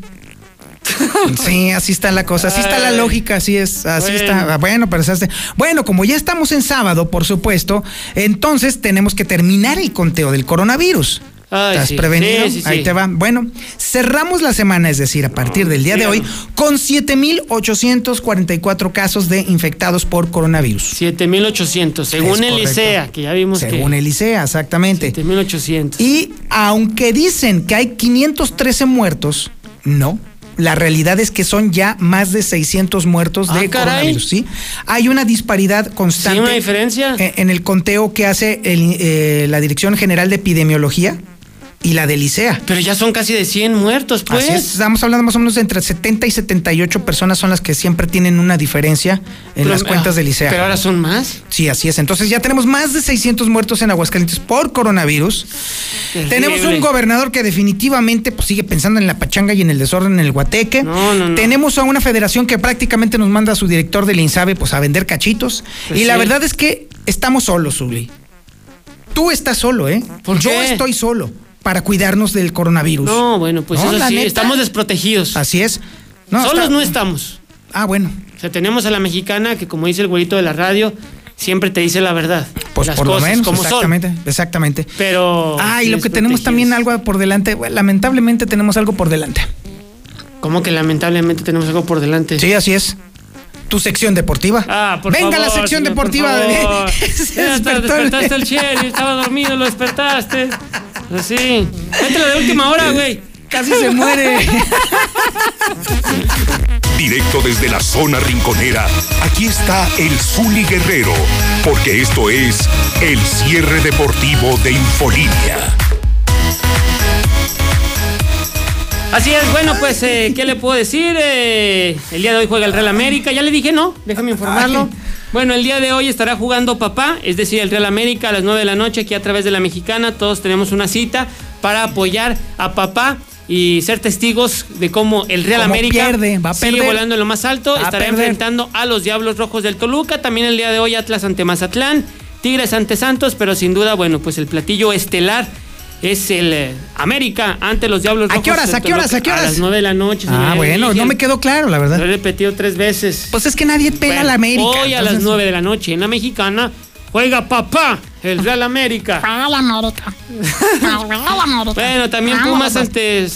Sí, así está la cosa, así está la
Ay.
lógica, así es, así
Bueno.
está. Ah, Bueno, pero se hace- bueno, como ya estamos en sábado, por supuesto, entonces tenemos que terminar el conteo del coronavirus.
Ay,
¿Estás
sí.
prevenido?
Sí, sí,
Ahí
sí.
te va. Bueno, cerramos la semana, es decir, a partir del día de hoy, con 7,844 casos de infectados por coronavirus.
7800, según
Es
el
correcto.
ICEA, que ya vimos
Según
que
el ICEA, exactamente.
7800.
Y aunque dicen que hay 513 muertos, no. La realidad es que son ya más de 600 muertos de
Ah, caray.
coronavirus, ¿sí? Hay una disparidad
¿Sí
constante e-,
una diferencia?
en en el conteo que hace el, eh, la Dirección General de Epidemiología y la del ICEA.
Pero ya son casi de 100 muertos, pues.
Así es, estamos hablando más o menos de entre 70 y 78 personas son las que siempre tienen una diferencia en
Pero- ah,
las cuentas del E ICEA.
Pero ahora son más.
Sí, así es. Entonces ya tenemos más de 600 muertos en Aguascalientes por coronavirus.
Terrible.
Tenemos un gobernador que definitivamente pues, sigue pensando en la pachanga y en el desorden en el guateque.
No, no, no.
Tenemos a una federación que prácticamente nos manda a su director del INSABE pues, a vender cachitos.
Pues
y la
sí.
verdad es que estamos solos, Zuli. Tú estás solo, ¿eh?
¿Por
Yo
qué?
estoy solo para cuidarnos del coronavirus.
No, bueno, pues
No,
eso
la
sí,
neta.
estamos desprotegidos.
Así es.
Solos
está-
no estamos.
Ah, bueno.
O sea, tenemos a la mexicana que, como dice el güerito de la radio, siempre te dice la verdad.
Pues
las
por
cosas
lo menos,
como son.
exactamente, exactamente.
Pero.
Ah, y
sí
lo que tenemos
desprotegidos.
también algo por delante, bueno, lamentablemente tenemos algo por delante.
¿Cómo que lamentablemente tenemos algo por delante?
Sí, así es. Tu sección deportiva.
Ah, por
Venga
favor,
la sección
señor, por
deportiva de.
favor.
Se
Ya hasta
despertó el-
despertaste al sheriff, estaba dormido, lo despertaste. Así. Métela de última hora, güey.
Casi se muere.
Directo desde la zona rinconera, aquí está el Zuli Guerrero, porque esto es el cierre deportivo de Infolínea.
Así es, bueno, pues, eh, ¿qué le puedo decir? Eh, el día de hoy juega el Real América. Ya le dije, ¿no? Déjame informarlo. Bueno, el día de hoy estará jugando papá, es decir, el Real América a las 9 de la noche aquí a través de la Mexicana. Todos tenemos una cita para apoyar a papá y ser testigos de cómo el Real
Cómo
América
pierde, va a
sigue
perder.
volando en lo más alto.
Va a
Estará
perder.
enfrentando a los Diablos Rojos del Toluca. También el día de hoy Atlas ante Mazatlán, Tigres ante Santos, pero sin duda, bueno, pues el platillo estelar es el eh, América ante los Diablos
¿A
Rojos.
qué horas,
del
a qué horas,
Toluca.
a qué
A
horas?
las 9 de la noche.
Ah,
señora.
bueno,
Dije,
no me quedó claro, la
Lo he
verdad.
repetido tres veces.
Pues es que nadie pela a la América.
Hoy a las
entonces-
9 de la noche en la mexicana juega papá, el Real América. América. bueno, también
Vamos,
Pumas
papá.
ante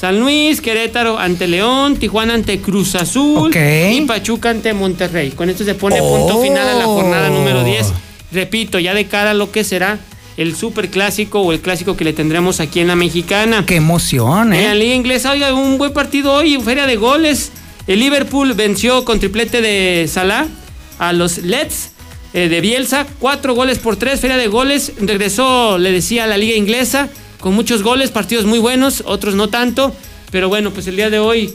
San Luis, Querétaro ante León, Tijuana ante Cruz Azul y Pachuca ante Monterrey. Con esto se pone
Oh.
punto final a la jornada número 10. Repito, ya de cara a lo que será el superclásico o el clásico que le tendremos aquí en la mexicana.
Qué emoción,
En
¿eh?
la Liga Inglesa, oiga, un buen partido hoy, feria de goles. El Liverpool venció con triplete de Salah a los Leds eh, de Bielsa. Cuatro goles por tres, feria de goles. Regresó, le decía, a la Liga Inglesa con muchos goles, partidos muy buenos, otros no tanto. Pero bueno, pues el día de hoy,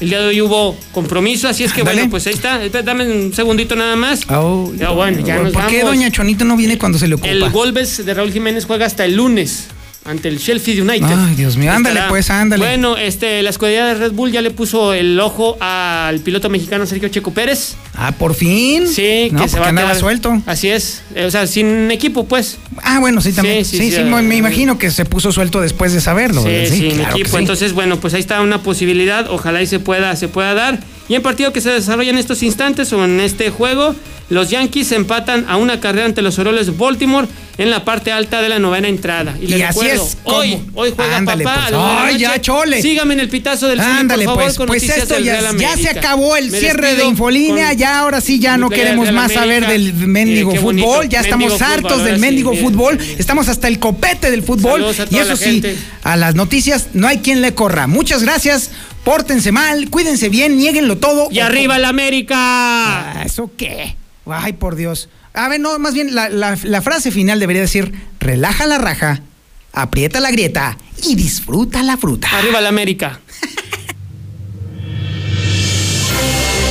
el día de hoy hubo compromiso, así es que bueno, pues ahí está. Espera, Dame un segundito nada más.
Oh,
Ya, bueno, ya nos
¿Por qué
vamos.
Doña Chonita no viene cuando se le ocupa?
El Wolves de Raúl Jiménez juega hasta el lunes ante el Sheffield United.
Ay, Dios mío, ándale, pues, ándale.
Bueno, este, la escudería de Red Bull ya le puso el ojo al piloto mexicano Sergio Checo Pérez.
Ah, por fin.
Sí,
No,
que se
porque
va a
andaba
quedar-
suelto.
Así es, eh, o sea, sin equipo, pues.
Ah, bueno, sí, también. Sí, sí, me, me imagino que se puso suelto después de saberlo.
Sí,
¿verdad?
sí, sin
claro que
equipo.
sí.
Entonces, bueno, pues ahí está una posibilidad. Ojalá y se pueda, se pueda dar. Y en partido que se desarrolla en estos instantes o en este juego, los Yankees empatan a una carrera ante los Orioles Baltimore en la parte alta de la novena entrada. Y, les
Y así
recuerdo,
es como-
Hoy, hoy juega
Ándale,
papá.
pues.
a las nueve de la
Ay,
noche.
ya, chole.
Sígame en el pitazo del cine,
Ándale,
por favor,
pues,
con
pues
noticias
esto
del
ya,
Real
ya se
América.
acabó el
Me
cierre de
despido
Infolínea,
con-
ya ahora sí ya
con
no
victoria
queremos
del Real
más saber del
América.
mendigo
Eh, qué
fútbol,
bonito,
ya estamos
mendigo fútbol,
hartos del
ahora sí,
mendigo
bien,
fútbol, estamos hasta el copete del fútbol
Saludos a
y
toda
eso
la
sí,
gente.
a las noticias no hay quien le corra. Muchas gracias, pórtense mal, cuídense bien, nieguenlo todo. Ah,
Y arriba el América.
¿Eso qué? Ay, por Dios. A ver, no, más bien la, la- la frase final debería decir, relaja la raja, aprieta la grieta y disfruta la fruta.
Arriba el América.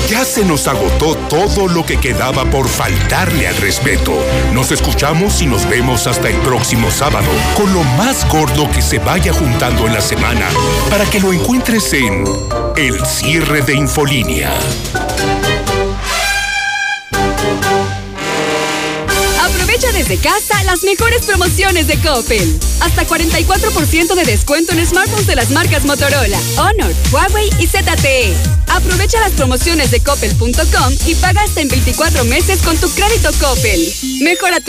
Ya se nos agotó todo lo que quedaba por faltarle al respeto. Nos escuchamos y nos vemos hasta el próximo sábado con lo más gordo que se vaya juntando en la semana para que lo encuentres en El cierre de Infolínea.
Aprovecha desde casa las mejores promociones de Coppel. Hasta 44% de descuento en smartphones de las marcas Motorola, Honor, Huawei y ZTE. Aprovecha las promociones de Coppel.com y paga hasta en 24 meses con tu crédito Coppel. Mejora tu